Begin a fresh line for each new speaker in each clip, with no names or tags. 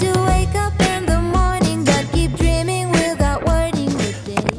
to wake up in the morning, but keep dreaming without wording the day.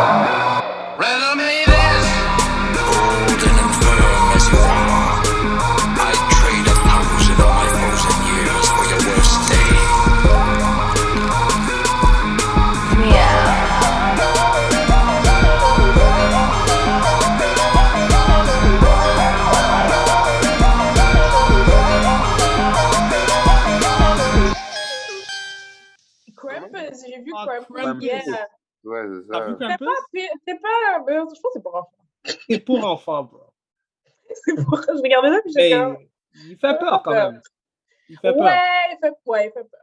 Riddle me this. Old and infirm as you are, I trade a thousand of my frozen years for your worst day.
Krampus, j'ai vu
Ah,
Krampus.
Krampus.
Yeah.
Ouais, c'est
T'as
ça.
vu
C'est
Krampus?
pas pire- c'est pas. ben, Je pense que c'est pour enfants.
C'est pour enfants, bro.
C'est pour. Je regardais ça puis
Mais
j'étais comme.
il fait peur quand même. Il fait peur.
Ouais, il fait ouais, il fait peur.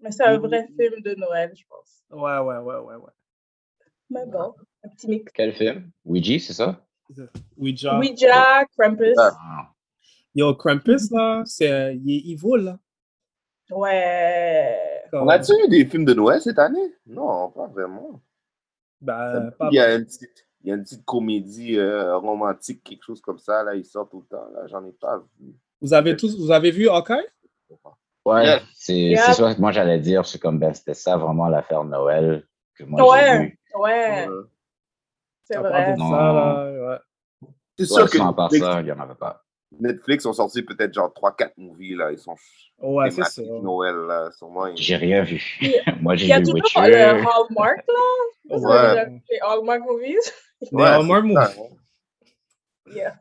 Mais c'est un
Mhm.
vrai film de Noël, je pense.
Ouais, ouais, ouais, ouais. ouais.
Mais bon, un petit mix.
Quel film Ouija, c'est ça
Ouija.
Ouija, Krampus.
Ah.
Yo, Krampus, là, c'est, il est evil, là.
Ouais.
Comme-
On a-tu eu des films de Noël cette année Non, pas vraiment.
Ben, pas
il, y a une petite, il y a une petite comédie euh, romantique, quelque chose comme ça, là, il sort tout le temps. Là, j'en ai pas vu.
Vous avez tous, vous avez vu Hawkeye?
Ouais,
Yeah.
c'est
Yeah.
c'est sûr que moi j'allais dire, c'est comme ben c'était ça vraiment l'affaire de Noël que moi
Ouais.
j'ai vu.
Ouais,
Euh,
c'est
À
vrai.
part de ça, là, ouais.
c'est sûr
Ouais,
que
sans part
Netflix,
ça, il n'y en avait pas.
Netflix ont sorti peut-être genre 3-4 movies, là, ils sont ch-
Ouais, c'est ça.
thématiques Noël, là, sûrement. ils-
J'ai rien vu. moi
Il y
j'ai
a euh,
vu
toujours
Witcher.
le Hallmark, là.
Ouais.
Ça, Les Hallmark movies.
Mais
Ouais,
Hallmark
c'est
Movie.
ça, ouais.
Yeah.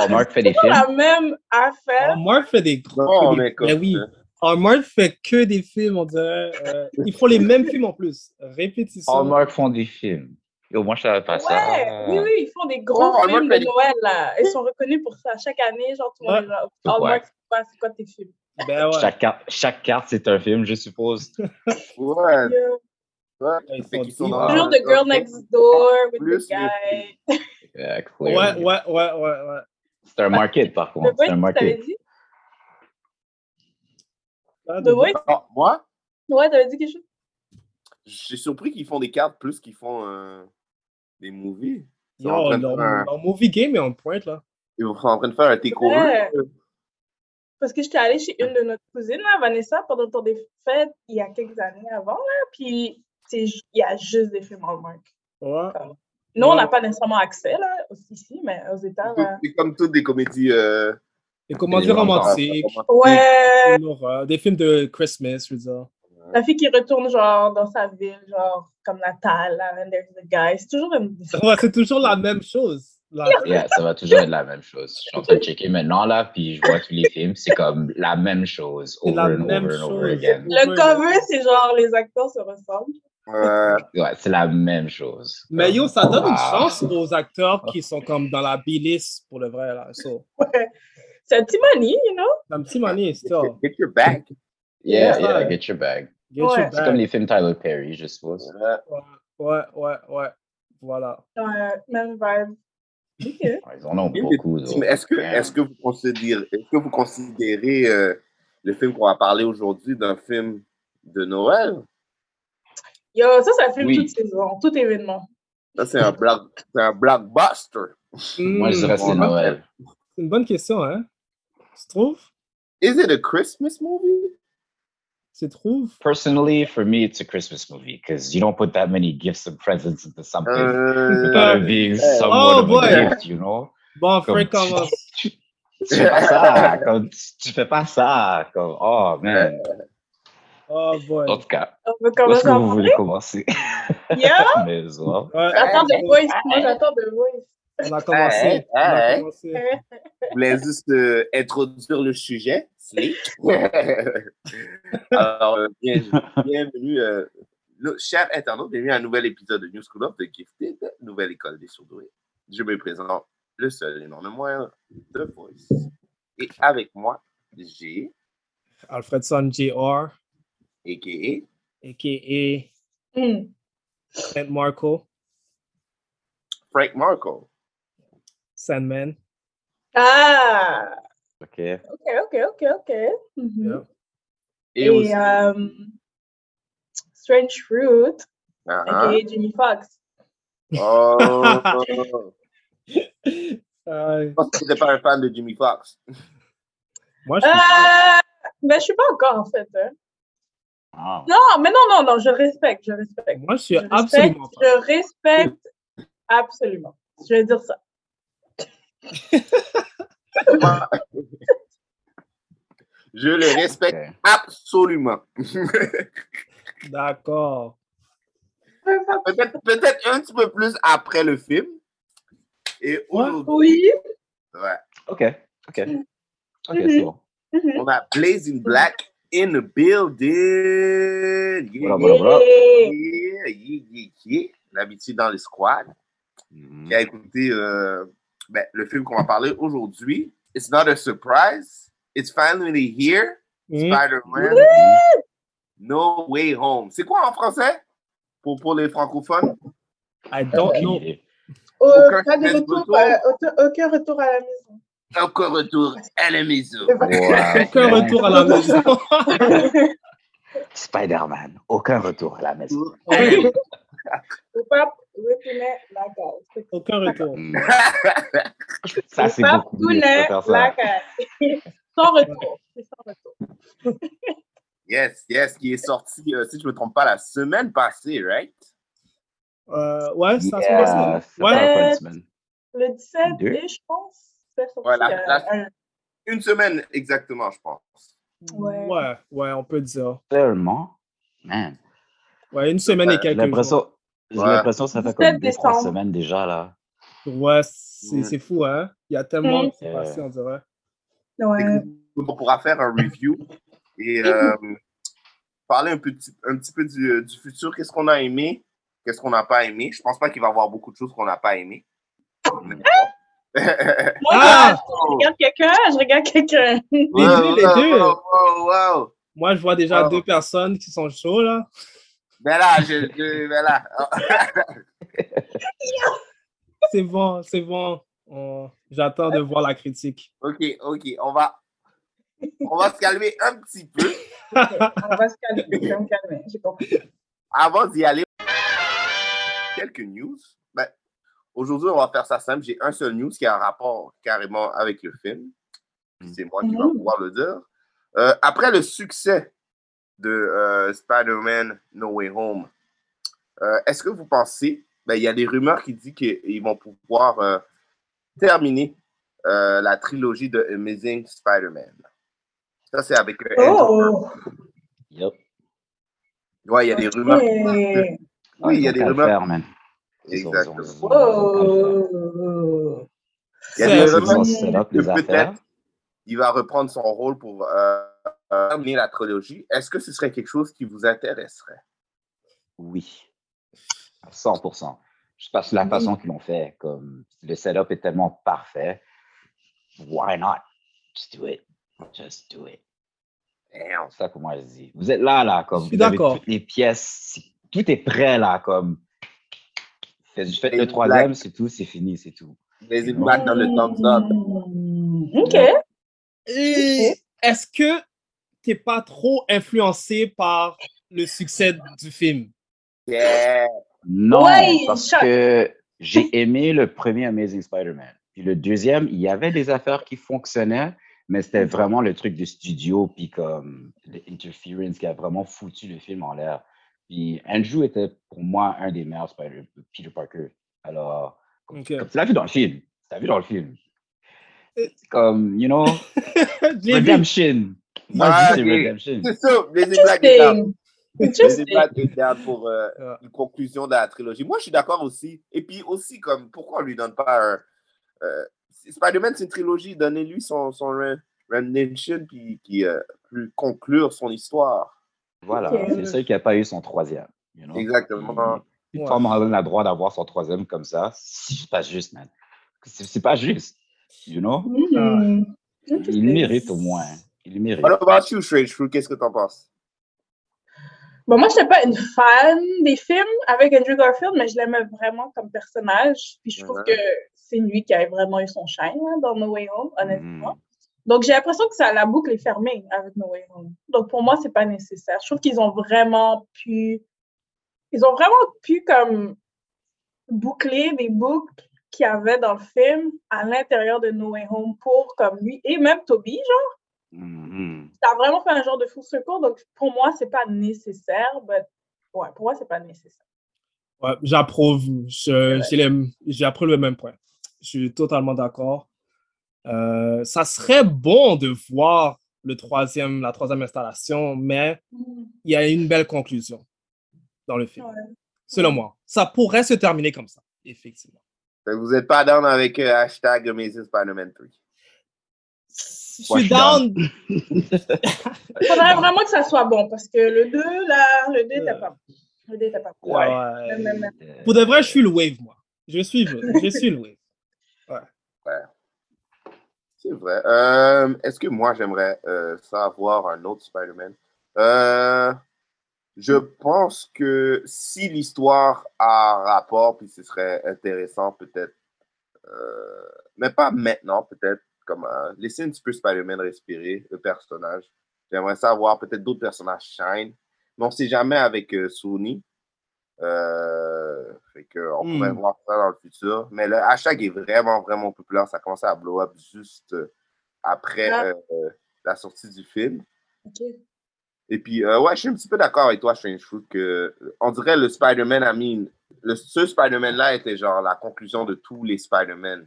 Hallmark fait des
C'est
films.
la même affaire.
Hallmark fait des gros.
Non,
fait des-
mais comme-
Ben oui. Hallmark fait que des films, on dirait. euh, ils font les mêmes films en plus. Répétition.
Hallmark font des films. Et au moins je savais pas ça.
Ouais, oui, oui, ils font des gros
Oh, Hallmark
films
fait
de
des-
Noël, là. Ils sont reconnus pour ça. Chaque année, genre, tout le monde est genre,
Ouais.
Hallmark, c'est quoi, c'est quoi tes films?
Ben ouais.
Chaque carte, chaque carte c'est un film, je suppose.
Ouais,
Yeah.
ouais.
Ils
Fait
sont
qu'ils sont
deep.
dans-
Toujours
Ah,
The Girl Next Door, with
Plus
the guy.
Euh,
Ouais,
clearly.
ouais, ouais, ouais, ouais.
C'est un market par
The
contre. C'est un
Voice, tu t'avais
market.
dit?
Ah,
The Voice?
Ah, moi,
Ouais, t'avais dit quelque chose?
j'ai surpris qu'ils font des cartes plus qu'ils font euh, des movies. Ils sont, en
Yo,
train de
leur,
faire un,
leur movie game est on point, là.
euh, ils sont en train de faire un takeover.
Ouais. Parce que j'étais allée chez une de notre cousine, là, Vanessa, pendant le temps des fêtes, il y a quelques années avant, là, puis c'est ju- il y a juste des films Hallmark. Comme- Nous, on n'a pas nécessairement accès, là, aussi, ici, mais aux États, là.
C'est comme toutes des comédies. Euh...
Des comédies romantiques.
Ouais.
Des, films d'horreur, des films de Christmas, je veux dire.
La fille qui retourne, genre, dans sa ville, genre, comme Natal, là, and there's the guy. C'est toujours une...
Ouais, c'est toujours la même chose. La-
Yeah, ça va toujours être la même chose. Je suis en train de checker maintenant, là, puis je vois tous les films, c'est comme la même chose,
C'est
over
la
and
même
over and over
chose.
again.
Le cover, c'est genre, les acteurs se ressemblent.
Euh,
Ouais, c'est la même chose.
Mais yo, ça donne une
Wow.
chance aux acteurs qui sont comme dans la B-list pour le vrai, là. So,
Ouais. C'est un petit money, you know?
c'est un petit money, still.
Get your back.
Yeah,
Ouais.
yeah, get your bag.
Get your
Ouais.
C'est comme
bag.
les films Tyler Perry, je suppose.
Ouais, ouais, ouais. Voilà.
Ouais, même vibe. Ok.
Ils en ont
Oui, mais-
beaucoup.
Oh,
donc.
Mais Est-ce que,
Yeah.
est que vous considérez, est-ce que vous considérez euh, le film qu'on va parler aujourd'hui d'un film de Noël?
Yo, ça, ça filme
Oui.
toute saison, tout événement.
Ça, c'est un, block, c'est un blockbuster.
Moi, je dirais que c'est
Hmm,
Noël.
C'est une bonne question, hein? Tu trouves?
Is it a Christmas movie?
Tu trouves?
Personally, for me, it's a Christmas movie because you don't put that many gifts and presents into something
Uh,
without
Euh,
it being
Oh,
somewhat of
boy.
a gift, you know?
Bon, Frank
Comme-
commence.
Tu fais pas ça, comme, tu- tu fais pas ça, comme, oh man.
Oh, boy.
En tout cas,
On
où
veut
est-ce
commencer
que
à
vous
parler?
voulez commencer?
Yeah!
Mais, ouais.
Ouais,
J'attends The Voice. Moi, j'attends The Voice.
on a commencé. On a
Hey, hey.
commencé.
je voulais juste euh, introduire le sujet. Sleep. Alors, euh, bien- bienvenue, euh, nos chers internautes, bienvenue à un nouvel épisode de New School of the Gifted, nouvelle école des surdoués. Je me présente le seul et non le moindre, The Voice. Et avec moi, j'ai,
Alfredson Jr.,
a.k.a.
a.k.a.
Hmm.
Clint Marco,
Frank Marco.
Sandman.
Ah!
Ok.
Ok, ok, ok, ok. Mhm.
Yeah.
Et,
Et,
aussi,
euh, Strange Fruit,
Ah,
aka Jimmy Fox.
ah. Oh, oh, oh.
Euh,
Je pense que tu n'étais pas un fan de Jimmy Fox.
moi, je suis
Euh, ben, je suis pas encore, en fait. hein.
Ah.
Non, mais non, non, non, je respecte, je respecte.
Moi, je suis
Je respecte,
absolument pas.
je respecte absolument. Je vais dire ça.
Je le respecte
Ok.
absolument.
D'accord.
Peut-être peut-être un petit peu plus après le film. Et aujourd'hui,
Oui.
ouais,
Ok, ok. Ok, c'est bon.
Mhm.
on a Blazing Black in the building. Yeah,
Voilà, voilà, voilà.
Et-
yeah, yeah, yeah, yeah. L'habitude dans les squads.
Mhm.
qui a écouté euh, ben, le film qu'on va parler aujourd'hui. It's not a surprise. It's finally here.
Mhm.
Spider-Man.
Mm-hmm.
No way home. C'est quoi en français? Pour, pour les francophones?
I don't know.
Euh,
Aucun
pas de
semaine
retour,
retour.
euh, aucun- aucun retour à la maison.
Encore retour à la maison.
Wow.
Aucun retour à la maison.
Spider-Man, aucun retour à la maison.
Le pape retournait la case.
Aucun retour.
Mm.
Le
Ça, c'est
pape
beaucoup mieux.
tournait
je préfère ça.
la case. Sans retour. C'est sans retour.
Yes, yes, qui est sorti, euh, si je ne me trompe pas, la semaine passée, right?
Euh, ouais, ça se
Yeah,
passe.
ça
Ouais,
fait pas une semaine.
Le 17
Deux.
mai, je pense. c'est sorti,
Voilà,
euh,
la-
un-
Une semaine exactement, je pense.
Ouais.
ouais, ouais, on peut dire.
Tellement. Man.
Ouais, une semaine et
J'ai
quelques jours.
l'impression j'ai
Ouais.
l'impression que ça fait
17
comme deux, trois
décembre.
semaines déjà, là.
Ouais, c'est
Ouais. Euh.
c'est fou, hein? Il y a tellement
Mhm.
de passé, on dirait.
Ouais.
On pourra faire un review et euh, parler un petit, un petit peu du, du futur. Qu'est-ce qu'on a aimé? Qu'est-ce qu'on n'a pas aimé? Je pense pas qu'il va y avoir beaucoup de choses qu'on n'a pas aimé. Mais bon.
Moi,
Ah!
je regarde quelqu'un, je regarde quelqu'un.
Les deux, les deux.
Wow, wow, wow, wow.
Moi, je vois déjà
Ah.
deux personnes qui sont chaudes, là.
Ben là, je, je- ben là.
C'est bon, c'est bon. On- J'attends de voir la critique.
OK, OK, on va, on va se calmer un petit peu
Ok, on va se calmer. Je vais me calmer. J'ai compris.
avant d'y aller. Quelques news. Ben, Aujourd'hui, on va faire ça simple. J'ai un seul news qui a un rapport carrément avec le film. puis c'est moi qui vais pouvoir le dire. Euh, après le succès de euh, Spider-Man No Way Home, euh, est-ce que vous pensez, ben, il y a des rumeurs qui disent qu'ils vont pouvoir euh, terminer euh, la trilogie de Amazing Spider-Man. Ça, c'est avec euh, Andrew
Oh!
Yep. Ouais, il y a des rumeurs.
Hey.
Oui, il y
Ils
a
ont
des
qu'à le
rumeurs.
faire, man. Ils ont- ils ont-
Exactement.
Oh!
Il y a des
Ils ont
rumeurs
set up
que
les affaires.
peut-être il va reprendre son rôle pour euh, euh, terminer la trilogie. Est-ce que ce serait quelque chose qui vous intéresserait?
Oui. À 100%. Je passe la façon qu'ils l'ont fait. Comme le setup est tellement parfait. Why not? Just do it. Just do it. Damn, C'est ça que moi je dis. Vous êtes là, là, comme.
suis
vous avez
d'accord.
Toutes les pièces, c'est- tout est prêt, là, comme. Faites, faites le
une
troisième,
blague.
c'est tout, c'est fini, c'est tout.
Les une blague dans le thumbs
up. Hmm. OK.
Et Est-ce que t'es pas trop influencé par le succès du film?
Non,
Ouais,
parce
ça-
que j'ai aimé le premier Amazing Spider-Man. Puis le deuxième, il y avait des affaires qui fonctionnaient, mais
Mhm.
c'était vraiment le truc du studio, puis comme l'interference qui a vraiment foutu le film en l'air. Puis Andrew était pour moi un des meilleurs Spider Peter Parker. Alors, comme,
Ok.
comme tu l'as vu dans le film, tu l'as vu dans le film. C'est Comme, you know, Redemption. Moi,
Ah,
je dis c'est Redemption.
C'est ça, les blagues est down. Les
Interesting.
Ah.
blagues est down pour euh, une conclusion de la trilogie. Moi, je suis d'accord aussi. Et puis aussi, comme, pourquoi on lui donne pas un... euh, Spider-Man, c'est une trilogie. Donnez-lui son, son re- Redemption, puis qui euh, plus conclure son histoire.
Voilà,
Ok.
c'est le seul qui n'a pas eu son troisième. you know.
Exactement.
Puis
Ouais.
Tom Holland a droit d'avoir son troisième comme ça. C'est pas juste, man. C'est c'est pas juste. You know?
Hmm.
Il le mérite au moins. hein. Il le mérite.
What about you, Strange Fruit? Qu'est-ce que t'en penses?
Bon, moi, je n'étais pas une fan des films avec Andrew Garfield, mais je l'aimais vraiment comme personnage. Puis je trouve
Mhm.
que c'est lui qui a vraiment eu son shine hein, dans No Way Home, honnêtement. Donc, j'ai l'impression que ça, la boucle est fermée avec No Way Home. Donc, pour moi, c'est pas nécessaire. Je trouve qu'ils ont vraiment pu... Ils ont vraiment pu, comme, boucler des boucles qu'il y avait dans le film à l'intérieur de No Way Home pour, comme, lui et même Toby, genre
Mm-hmm.
ça a vraiment fait un genre de faux secours. Donc, pour moi, c'est pas nécessaire. But, ouais, pour moi, c'est pas nécessaire.
Ouais, j'approuve. Je- j'ai les- J'approuve le même point. Je suis totalement d'accord. Euh, ça serait bon de voir le troisième, la troisième installation, mais il y a une belle conclusion dans le film. Selon moi, ça pourrait se terminer comme ça, effectivement.
Fait que Vous n'êtes pas down avec euh, hashtag Amazing Spider-Man 3?
Je
Moi,
suis down.
Il faudrait vraiment que ça soit bon parce que le 2, là, le 2 était pas bon. Le 2 était pas bon.
Ouais.
Même, même, même.
euh, Pour de vrai, je suis le wave, moi. Je suis, je suis le wave.
Ouais. C'est vrai. Euh, Est-ce que moi, j'aimerais euh, savoir un autre Spider-Man? Euh, je pense que si l'histoire a rapport, puis ce serait intéressant peut-être, euh, mais pas maintenant, peut-être, comme euh, laisser un petit peu Spider-Man respirer, le personnage. J'aimerais savoir peut-être d'autres personnages shine, mais on sait jamais avec euh, Sony. Euh, fait que on
Hmm.
pourrait voir ça dans le futur. Mais le hashtag est vraiment, vraiment populaire. Ça a commencé à blow up juste euh, après
Ah.
euh, euh, la sortie du film.
Ok.
Et puis, euh, ouais, je suis un petit peu d'accord avec toi, Strange Fruit, que euh, on dirait le Spider-Man a mis. une- Le, ce Spider-Man-là était genre la conclusion de tous les Spider-Man.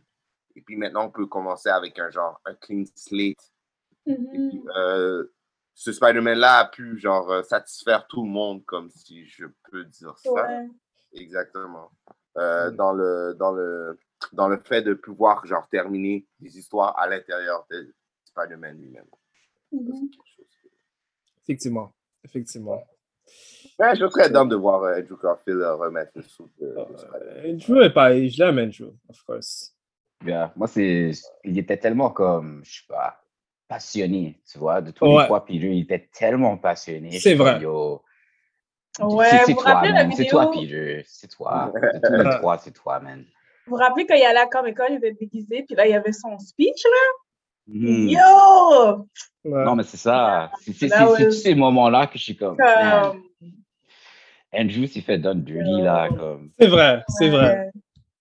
Et puis maintenant, on peut commencer avec un genre, un clean slate.
Mhm.
Euh, ce Spider-Man-là a pu, genre, euh, satisfaire tout le monde, comme si je peux dire ça.
Ouais.
Exactement. Euh, dans, le, dans, le, dans le fait de pouvoir, genre, terminer des histoires à l'intérieur de Spider-Man lui-même.
Effectivement. Effectivement.
Ouais, je serais d'âme de voir euh, Andrew Garfield euh, remettre le sou de,
Ah,
de
Spider-Man. Andrew est pas, Euh, je l'aime, Andrew, of course.
Euh, Yeah. Moi, c'est. Il était tellement comme. Je sais pas. Passionné, tu vois. De tous
Ouais.
les fois, Peter, il était tellement passionné.
C'est
Je suis
vrai.
comme, Yo,
Ouais,
c'est-
vous
c'est
vous
toi,
rappelez la
man. C'est toi,
vidéo?
Peter. C'est toi. De tous les trois, c'est toi, man.
Vous vous rappelez quand il allait à Comic-Con, il était déguisé, puis là, il y avait son speech, là?
Mhm.
Yo!
Non, mais c'est ça. C'est c'est-
That
c'est- c'est tous
was-
ces moments-là que je suis comme. man,
Comme,
Andrew s'est fait done dirty, là. Comme,
C'est vrai, c'est vrai.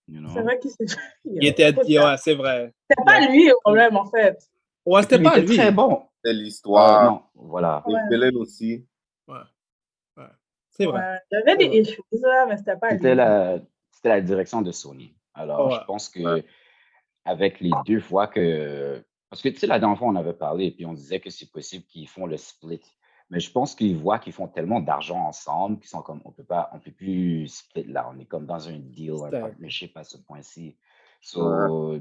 you
c'est
know.
vrai qu'il s'est...
Il était, ouais, c'est vrai.
C'était pas lui le problème, en fait.
Ouais, Ah, c'était
Il
pas
était
lui.
très bon. C'est l'histoire.
non, Ah, voilà.
Ah,
Les
Ouais.
vilaines aussi.
C'est
vrai. il y avait des issues, là, mais c'était pas lui.
C'était la, c'était la direction de Sony. Alors,
Ouais.
je pense que avec les deux fois que. Parce que, tu sais, la dernière fois, on avait parlé et puis on disait que c'est possible qu'ils font le split. Mais je pense qu'ils voient qu'ils font tellement d'argent ensemble qu'ils sont comme, on peut pas, on peut plus split là. On est comme dans un deal, un
C'était-
partnership à ce point-ci. So,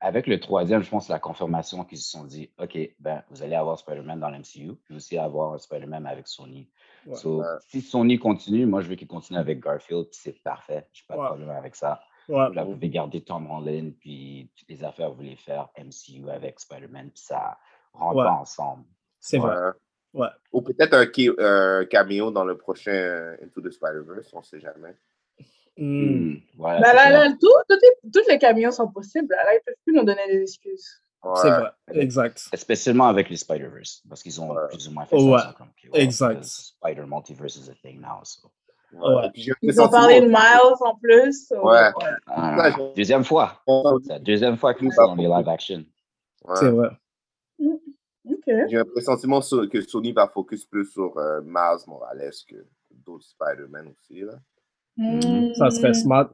Avec le troisième, je pense la confirmation qu'ils se sont dit, OK, ben, vous allez avoir Spider-Man dans l'MCU, puis aussi avoir un Spider-Man avec Sony.
Ouais.
So, si Sony continue, moi, je veux qu'il continue avec Garfield, puis c'est parfait. Je n'ai pas de
Ouais.
problème avec ça.
Ouais.
Vous la- vous pouvez garder Tom Holland, puis toutes les affaires, vous voulez faire MCU avec Spider-Man, puis ça rentre
Ouais.
pas ensemble.
C'est vrai. Ouais.
euh, Ou peut-être un, ca- un caméo dans le prochain euh, Into the Spider-Verse, on sait jamais.
Hmm, voilà,
Ben
c'est
là,
ça.
là, tout, tout est- tous les camions sont possibles. Là, ils peuvent plus nous donner des excuses.
C'est vrai. Exact.
Spécialement avec les Spider-Verse, parce qu'ils ont plus ou moins fait
Ouais.
ça. Comme, que, ouais,
Exact.
le Spider-Multiverse is a thing now. so.
Ouais.
Et puis, j'ai
Ils ont parlé de Miles en plus.
Ouais.
Ouais.
Ah, deuxième fois. C'est la deuxième fois qu'ils sont dans les live action.
C'est vrai.
OK.
J'ai un pressentiment sur- que Sony va focus plus sur euh, Miles Morales que d'autres Spider-Man aussi. Là.
Mm, Ça serait smart.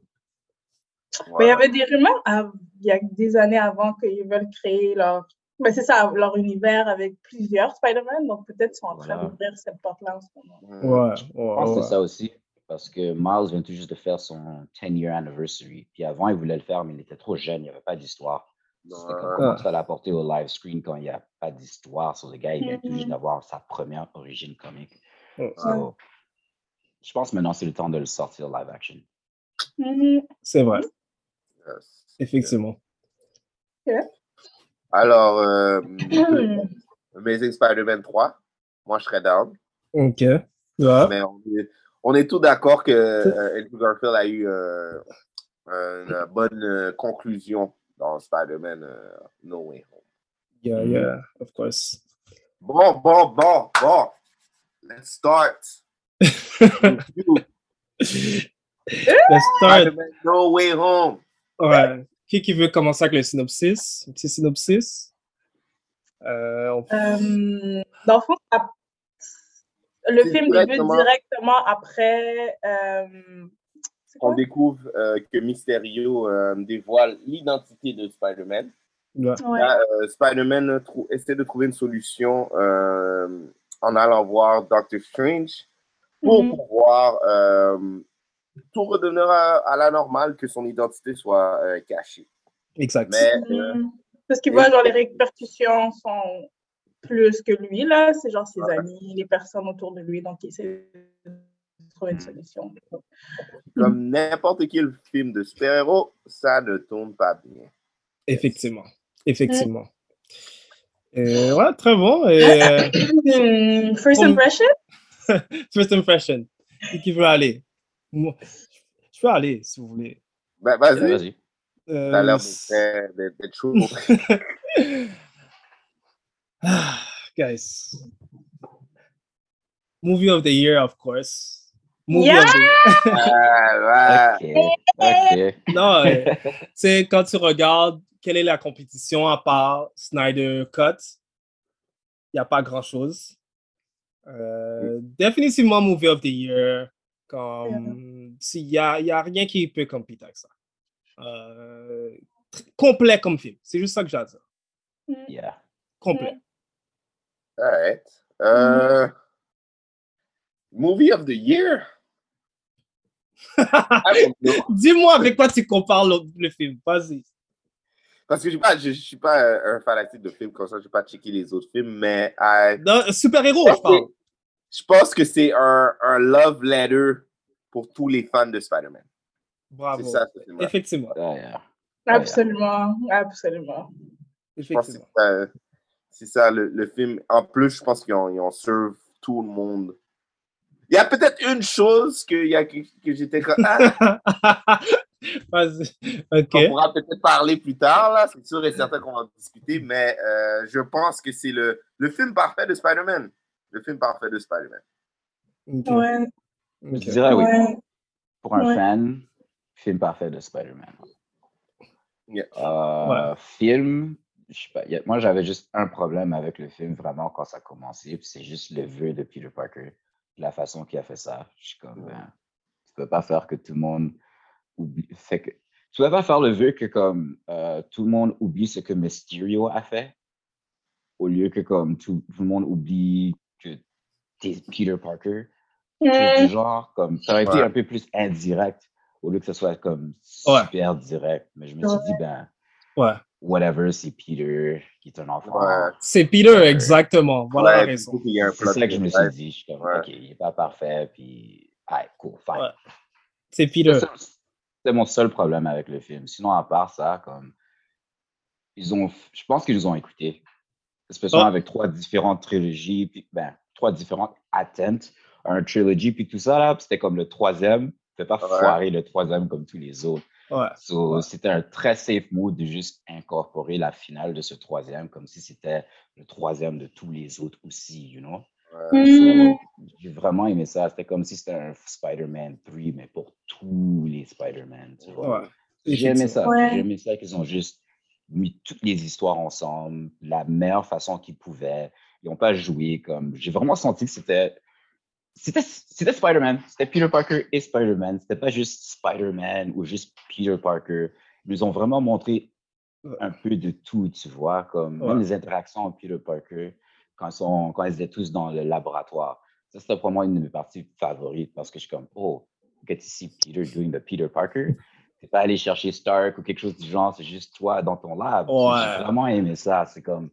Hmm. Mais il y avait des rumeurs av- il y a des années avant qu'ils veulent créer leur. Mais c'est ça, leur univers avec plusieurs Spider-Man. Donc peut-être qu'ils sont en train
Voilà.
d'ouvrir cette porte-là en ce moment.
Ouais,
Je
ouais,
pense que
Oh, ouais.
c'est ça aussi. Parce que Miles vient tout juste de faire son 10-year anniversary. Puis avant, il voulait le faire, mais il était trop jeune, il n'y avait pas d'histoire. C'était comme
Ouais.
comment tu vas l'apporter au live screen quand il n'y a pas d'histoire sur le gars, il vient tout juste
Mhm.
d'avoir sa première origine comique.
Ouais.
So, je pense maintenant c'est le temps de le sortir live action.
Hmm.
C'est vrai. Effectivement.
Alors, euh, Amazing Spider-Man 3, moi je serais down.
OK. Ouais.
Mais on est, on est tous d'accord que euh, Andrew Garfield a eu euh, une bonne euh, conclusion dans Spider-Man euh, No Way Home.
Yeah,
euh,
yeah, of course.
Bon, bon, bon, bon. Let's start.
Let's start.
Spider-Man No Way Home.
Ouais. Qui qui veut commencer avec le synopsis? Un petit synopsis? Euh, on-
Euh, dans le fond, ap- le
C'est
film débute
directement-
directement après. euh,
On découvre euh, que Mysterio euh, dévoile l'identité de Spider-Man.
Ouais.
Ah,
Là, euh, Spider-Man euh, trou- essaie de trouver une solution euh, en allant voir Doctor Strange pour
Mhm.
pouvoir euh, tout redonner à, à la normale, que son identité soit euh, cachée.
Exact.
Mais euh,
Mhm. Parce qu'il voit, genre, les répercussions sont plus que lui, là. C'est genre ses
Ouais.
amis, les personnes autour de lui. Donc, il essaie de trouver une solution.
Mhm.
comme n'importe quel film de super-héros, ça ne tourne pas bien.
Effectivement. Effectivement. Euh, ouais, très bon. Et, euh,
Hmm, First
Comme-
impression?
first impression. Qui qui veut aller? Moi, je peux aller, si vous voulez.
Ben, vas-y.
Euh,
T'as l'air d'être très- d'être- d'être chaud.
guys. Movie of the year, of course. Movie of the
Ah,
ouais. OK.
Non, euh, c'est quand tu regardes quelle est la compétition à part Snyder Cut, il n'y a pas grand-chose. Euh, Définitivement Movie of the Year. Comme, il n'y a, y a rien qui peut compéter avec ça. Euh, tr- complet comme film. C'est juste ça que j'ai à dire.
Yeah.
Complet.
Alright. Euh,
Mhm.
Movie of the Year? Ah, I don't know.
Dis-moi avec quoi tu compares le, le film. Vas-y.
Parce que j'ai pas- je ne suis pas euh, un fanatique de films comme ça, je n'ai pas checké les autres films, mais euh,
Non, Super-héros, Oh, je parle.
je pense que c'est un, un love letter pour tous les fans de Spider-Man.
Bravo.
C'est ça, ce film-là.
Effectivement.
Ah,
Absolument, absolument.
Je pense que
Effectivement.
c'est ça, c'est ça, le, le film. En plus, je pense qu'ils ont, ils ont serve tout le monde. Il y a peut-être une chose que, il y a, que, que j'étais comme. Ah,
Vas-y. OK.
On pourra peut-être parler plus tard, là. C'est sûr et certain qu'on va en discuter, mais euh, je pense que c'est le, le film parfait de Spider-Man. Le film parfait de Spider-Man.
Ok.
Ouais,
Ok.
Je dirais Ah oui.
ouais.
Pour un
Ouais.
fan, film parfait de Spider-Man.
Yeah.
Euh, Film, je sais pas, il y a- moi, j'avais juste un problème avec le film vraiment quand ça a commencé, puis c'est juste le vœu de Peter Parker, la façon qu'il a fait ça. Je suis comme, ben, tu peux pas faire que tout le monde oublie. Fait que, tu peux pas faire le vœu que comme euh, tout le monde oublie ce que Mysterio a fait, au lieu que comme tout, tout le monde oublie que t'es Peter Parker.
Hmm,
Chose
Euh,
du genre, comme, ça aurait été
Ouais.
un peu plus indirect, au lieu que ce soit comme
Ouais.
super direct. Mais je me suis dit, ben,
Ouais.
whatever, c'est Peter qui est un enfant.
C'est Peter, exactement. Voilà la raison.
C'est ça que je me suis dit. Je suis comme, OK, il n'est pas parfait, puis, ah, cool, fine.
C'est Peter.
C'est mon seul problème avec le film. Sinon, à part ça, comme, ils ont, je pense qu'ils nous ont écoutés. Spécialement
Ouais.
avec trois différentes trilogies, puis, ben, trois différentes attentes à un trilogy, puis tout ça, là, puis c'était comme le troisième. Tu ne peux pas
Ouais.
foirer le troisième comme tous les autres.
Ouais.
So, C'était un très safe move de juste incorporer la finale de ce troisième comme si c'était le troisième de tous les autres aussi, you know?
Mm.
So, J'ai vraiment aimé ça. C'était comme si c'était un Spider-Man 3, mais pour tous les Spider-Man, tu vois?
Ouais.
J'ai aimé ça.
Ouais.
J'ai aimé ça qu'ils ont juste mis toutes les histoires ensemble, la meilleure façon qu'ils pouvaient. Ils n'ont pas joué comme... J'ai vraiment senti que c'était... C'était c'était Spider-Man. C'était Peter Parker et Spider-Man. C'était pas juste Spider-Man ou juste Peter Parker. Ils nous ont vraiment montré un peu de tout, tu vois, comme même
Ouais.
les interactions avec Peter Parker quand, ils sont, quand ils étaient tous dans le laboratoire. Ça, c'était pour moi une de mes parties favorites parce que je suis comme, oh, get to see Peter doing the Peter Parker. C'est pas aller chercher Stark ou quelque chose du genre, c'est juste toi dans ton lab.
Ouais.
J'ai vraiment aimé ça. C'est comme,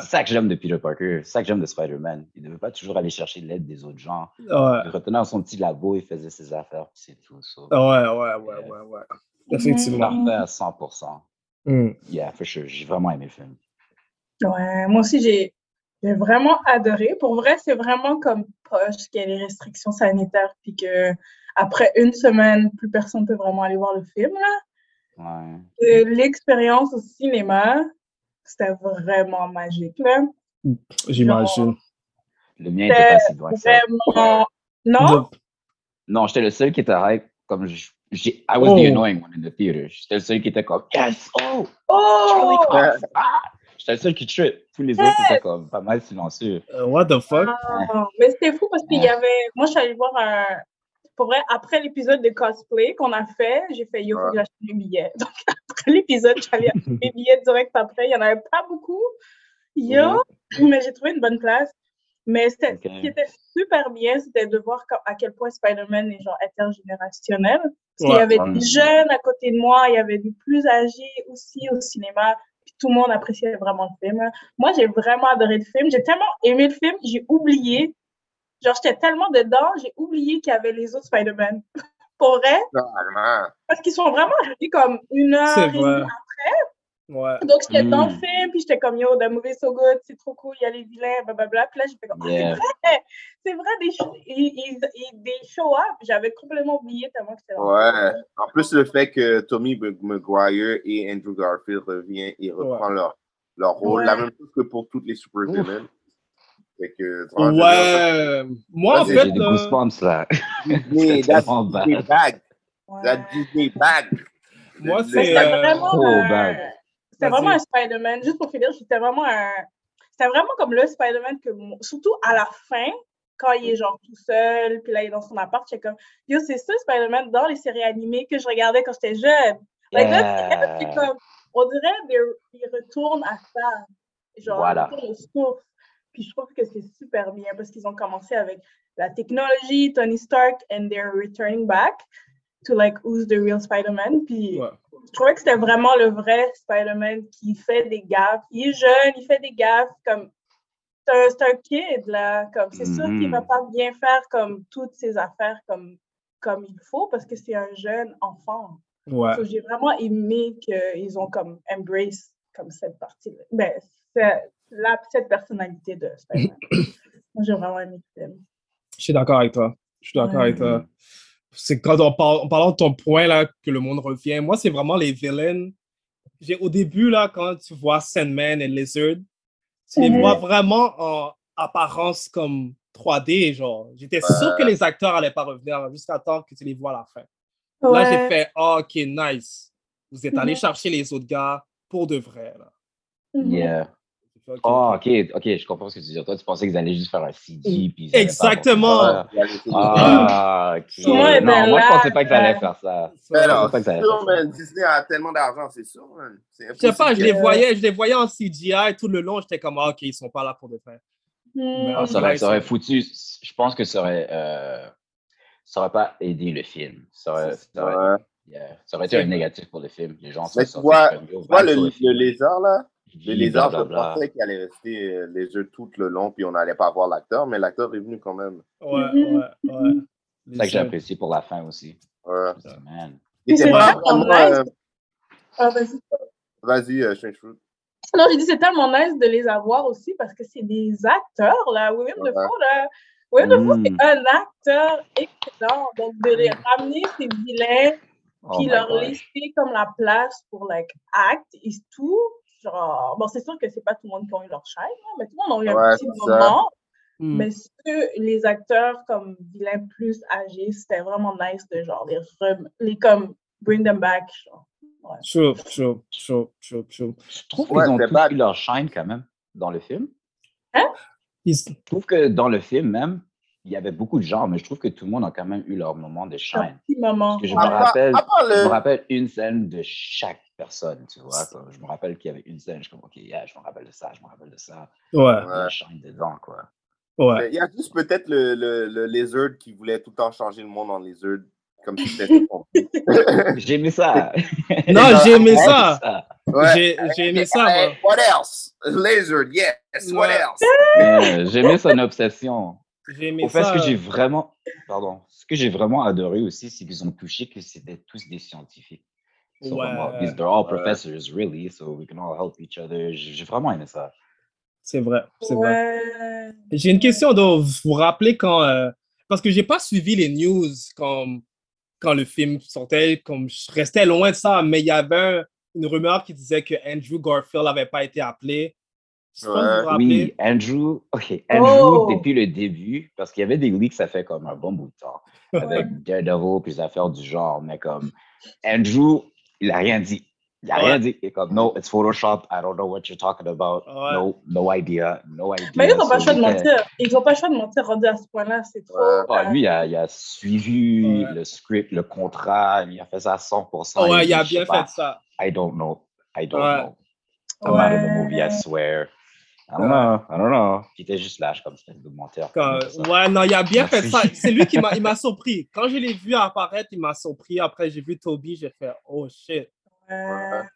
c'est ça que j'aime de Peter Parker, c'est ça que j'aime de Spider-Man. Il ne veut pas toujours aller chercher l'aide des autres gens.
Ouais.
Il retenait dans son petit labo, il faisait ses affaires, puis c'est tout. so-
Ouais, ouais, ouais, ouais, ouais. Effectivement.
Parfait à 100%.
Hmm.
Yeah, for sure. J'ai vraiment aimé le film.
hmm. Ouais, moi aussi, j'ai j'ai vraiment adoré. Pour vrai, c'est vraiment comme poche qu'il y a les restrictions sanitaires, puis que après une semaine, plus personne ne peut vraiment aller voir le film. là.
Ouais.
Euh, L'expérience au cinéma, c'était vraiment magique. Là.
J'imagine. Le mien n'était pas
C'était
si loin que ça.
vraiment. Non?
Non, j'étais le seul qui était hype. Comme je- j'ai, I was
Oh.
the annoying one in the theater. J'étais le seul qui était comme yes, oh,
Oh!
Charlie Cox. Ah! J'étais le seul qui trip. Tous les autres étaient comme pas mal silencieux.
euh, what the fuck?
Ah, mais c'était fou parce qu'il y avait. Moi, je suis allée voir un. Pour vrai, après l'épisode de cosplay qu'on a fait, j'ai fait yo, faut que j'achète mes billets. Donc, après l'épisode, j'allais acheter mes billets direct après. Il n'y en avait pas beaucoup. Yo, mais j'ai trouvé une bonne place. Mais c'était- ce qui était super bien, c'était de voir comme- à quel point Spider-Man est genre intergénérationnel. Parce qu'il y
Ouais.
avait
Ouais.
des jeunes à côté de moi, il y avait des plus âgés aussi au cinéma. Puis tout le monde appréciait vraiment le film. Moi, j'ai vraiment adoré le film. J'ai tellement aimé le film, j'ai oublié. Genre, j'étais tellement dedans, j'ai oublié qu'il y avait les autres Spider-Man. Pour vrai,
Normalement.
parce qu'ils sont vraiment arrivés comme une heure
C'est
et demie
vrai.
après.
Ouais.
Donc, j'étais dans le
Mm.
film, puis j'étais comme, yo, The Movie So Good, c'est trop cool, il y a les vilains, blablabla. Puis là, j'ai fait comme, Ah,
Yeah.
euh,
c'est vrai, c'est vrai, des, show- ils- ils- ils- des show-up, j'avais complètement oublié tellement que c'était dans le
Ouais. En plus, le fait que Tommy Mag- Maguire et Andrew Garfield reviennent et reprend leur, leur rôle,
Ouais.
la même chose que pour toutes les super-villains. Fait que, tu vois, je veux dire,
Ouais. Moi, en
J'ai-
fait.
j'ai des
euh,
Goosebumps là.
Disney,
C'était
that's
tellement
Disney
bad.
bag. That Disney bag.
Moi,
Le-
c'est,
le-
euh,
vraiment,
Trop
euh,
Oh, bad.
C'était
Vas-y.
vraiment un Spider-Man. Juste pour finir, c'était vraiment un. C'était vraiment comme le Spider-Man que. mon- Surtout à la fin, quand il est genre tout seul, puis là, il est dans son appart, j'étais comme. Yo, c'est ça Spider-Man dans les séries animées que je regardais quand j'étais jeune. Like, là,
Yeah.
c'est comme. On dirait qu'il retourne à ça. Genre,
Voilà.
ils retournent aux sources. Puis je trouve que c'est super bien parce qu'ils ont commencé avec la technologie, Tony Stark, and they're returning back to like who's the real Spider-Man. Puis je trouvais que c'était vraiment le vrai Spider-Man qui fait des gaffes. Il est jeune, il fait des gaffes comme c'est un, c'est un kid là, comme c'est sûr qu'il va
Mhm.
pas bien faire comme toutes ses affaires comme comme il faut parce que c'est un jeune enfant.
Ouais.
So, J'ai vraiment aimé qu'ils ont comme embrace comme cette partie, là ben c'est- la cette personnalité de Spider-Man. Moi, J'ai vraiment aimé le film.
Je suis d'accord avec toi. Je suis d'accord
Ouais.
avec toi. C'est quand on parle, en parlant de ton point là que le monde revient. Moi, c'est vraiment les villains. J'ai au début là quand tu vois Sandman et Lizard, tu les
Mhm.
vois vraiment en apparence comme 3D genre. J'étais sûr
Ouais.
que les acteurs allaient pas revenir jusqu'à temps que tu les vois à la fin. Là,
Ouais.
j'ai fait Ah, ok nice. Vous êtes allé
Mhm.
chercher les autres gars pour de vrai là.
Yeah. euh, Ah, ok, ok, je comprends ce que tu dis. Toi, tu pensais qu'ils allaient juste faire un CD. Puis ils allaient pas
Exactement.
avoir- Oh. Ah, ok.
Tout le monde était
Non, moi, je
là,
pensais pas que ça allait
euh,
faire ça. Je
Mais
pensais
non,
pas que ça
c'est
allait faire ça.
sûr, man. Disney a tellement d'argent, c'est sûr, man. C'est
Je sais pas, je
impossible
les
que-
voyais, je les voyais en CGI tout le long, j'étais comme, ah, ok, ils sont pas là pour le faire.
Mm-hmm.
Ah, ça, aurait, ça aurait foutu. Je pense que ça aurait, euh, ça aurait pas aidé le film. Ça aurait, ça aurait, yeah, ça aurait été un négatif pour le film. Les gens
Mais
seraient
tu
sortis
vois,
comme, yo,
tu vois
bad
le,
pour
le lézard, là? Le
Oui,
lézard, je
blablabla.
pensais qu'il allait rester euh, les yeux tout le long, puis on n'allait pas voir l'acteur, mais l'acteur est venu quand même.
Ouais, ouais, ouais.
Mm-hmm. C'est ça que j'ai apprécié pour la fin aussi.
Ouais.
Man.
Il était
C'est
pas
tellement
vraiment,
nice.
euh,
Ah, vas-y.
Vas-y, euh, Strange Fruit.
Non, j'ai dit, c'est tellement nice de les avoir aussi parce que c'est des acteurs, là. William
Ouais.
Dafoe, là. William Dafoe,
Mm.
c'est un acteur excellent. Donc, de les ramener, ces vilains,
Oh
puis
my
leur
gosh.
laisser comme la place pour, like, act et tout. Genre, bon, c'est sûr que c'est pas tout le monde qui a eu leur chaîne, là, mais tout le monde a eu
Ouais,
un petit
c'est ça.
moment.
Mm.
Mais ceux, les acteurs comme vilains plus âgés, c'était vraiment nice de, genre, les, rem- les comme, bring them back, genre. Ouais.
Chaud, chaud, chaud, chaud, chaud.
Je trouve
Ouais,
qu'ils ont
c'est
tous
bad.
eu leur shine quand même dans le film.
Hein?
Ils-
Je trouve que dans le film même, il y avait beaucoup de gens, mais je trouve que tout le monde a quand même eu leur moment de shine.
Petit moment.
Parce que je me
À part-
rappelle,
à part le-
je me rappelle une scène de chaque personne, tu vois. comme, je me rappelle qu'il y avait une scène, je suis comme, OK, yeah, je me rappelle de ça, je me rappelle de ça.
Ouais,
Il y a shine dedans, quoi.
ouais.
Mais Il y a juste peut-être le, le, le lizard qui voulait tout le temps changer le monde en lizard, comme si c'était son but.
J'ai aimé ça.
Non, j'ai aimé ça.
Ouais.
J'ai j'ai aimé ça,
Hey,
moi.
what else? Lizard, yes, what
Ouais.
else?
Mais Euh, J'ai aimé son obsession.
J'ai aimé
Au fait, ce
ça. euh,
que j'ai vraiment, pardon, ce que j'ai vraiment adoré aussi, c'est qu'ils ont touché que c'était tous des scientifiques. So,
Ouais.
comme, oh, these- they're all
Ouais.
professors, really, so we can all help each other. J'ai j'ai vraiment aimé ça.
C'est vrai, c'est vrai.
Ouais.
J'ai une question dont vous vous rappelez quand. euh, parce que j'ai pas suivi les news quand, quand le film sortait, comme je restais loin de ça, mais il y avait un- une rumeur qui disait que Andrew Garfield n'avait pas été appelé. Je sais pas si vous vous rappelez.
Oui, Andrew, ok, Andrew,
Oh!
depuis le début, parce qu'il y avait des leaks, ça fait comme un bon bout de temps, avec Daredevil, puis des affaires du genre, mais comme Andrew, il a rien dit. Il a
Ouais.
rien dit. Il est comme, no, it's Photoshop, I don't know what you're talking about,
Ouais.
no, no idea, no idea.
Mais ils n'ont pas le
So,
choix de
j'étais-
mentir. Ils n'ont pas le choix de mentir rendu à ce point-là. C'est trop.
Ouais.
Ah,
euh,
lui, il a, il a suivi
Ouais.
le script, le contrat, il a fait ça à 100%. a
ouais, il
dit,
a
je
bien
sais pas,
fait ça.
I don't know. I don't
Ouais.
know. Come out of the
Ouais.
movie, I swear. I don't
Ouais.
know. I don't know. Puis il était juste lâche comme espèce de menteur.
Quand-
comme ça.
ouais, non, il a bien
Merci.
fait ça. C'est lui qui m'a il m'a surpris. Quand je l'ai vu apparaître, il m'a surpris. Après, j'ai vu Toby, j'ai fait oh shit.
euh,
Ouais.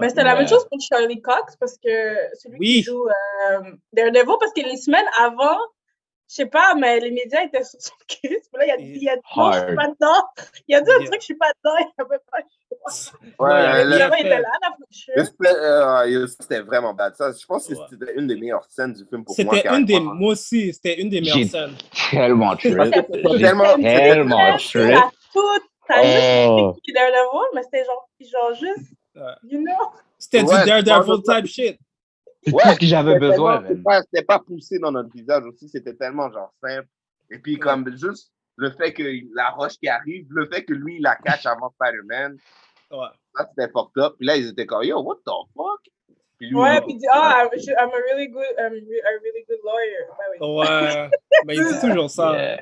Mais c'était la
Ouais.
même chose pour Charlie Cox parce que celui
Oui.
qui joue euh, Daredevil, parce que les semaines avant, je sais pas, mais les médias étaient sur son cul. Puis là, il a dit, il a dit non, je suis
Hard.
pas dedans. Il a dit un
Yeah.
truc, je suis pas dedans. Il avait pas
Non, il a
Ouais,
bien
le-
il
fait.
était là, la
Le
fouture.
split, euh, c'était vraiment bad. Ça, je pense que
Ouais.
c'était une des meilleures scènes du film pour moi.
C'était une
carrément.
des. Moi aussi, c'était une des meilleures
J'ai-
scènes.
Tellement trip.
C'était
J'ai
tellement-
tellement
C'était
trip.
à tout. T'as
Oh.
juste dit qu'il est Daredevil, mais c'était genre, genre juste,
Ouais.
you know.
C'était
Ouais,
du Daredevil
je pense-
type shit.
C'est
Ouais,
tout ce que j'avais
c'était
besoin. man.
tellement- C'était pas, c'était pas poussé dans notre visage aussi. C'était tellement genre simple. Et puis, comme juste le fait que la roche qui arrive, le fait que lui, il la catch avant Spider-Man,
Ouais.
ça, c'était fucked up. Puis là, ils étaient comme, yo, what the fuck? Puis lui,
Ouais,
il-
puis il dit, ah, I'm, I'm a really good, I'm re- a really good lawyer. Ben
Oh,
oui.
Ouais. Mais il dit toujours ça.
Yeah.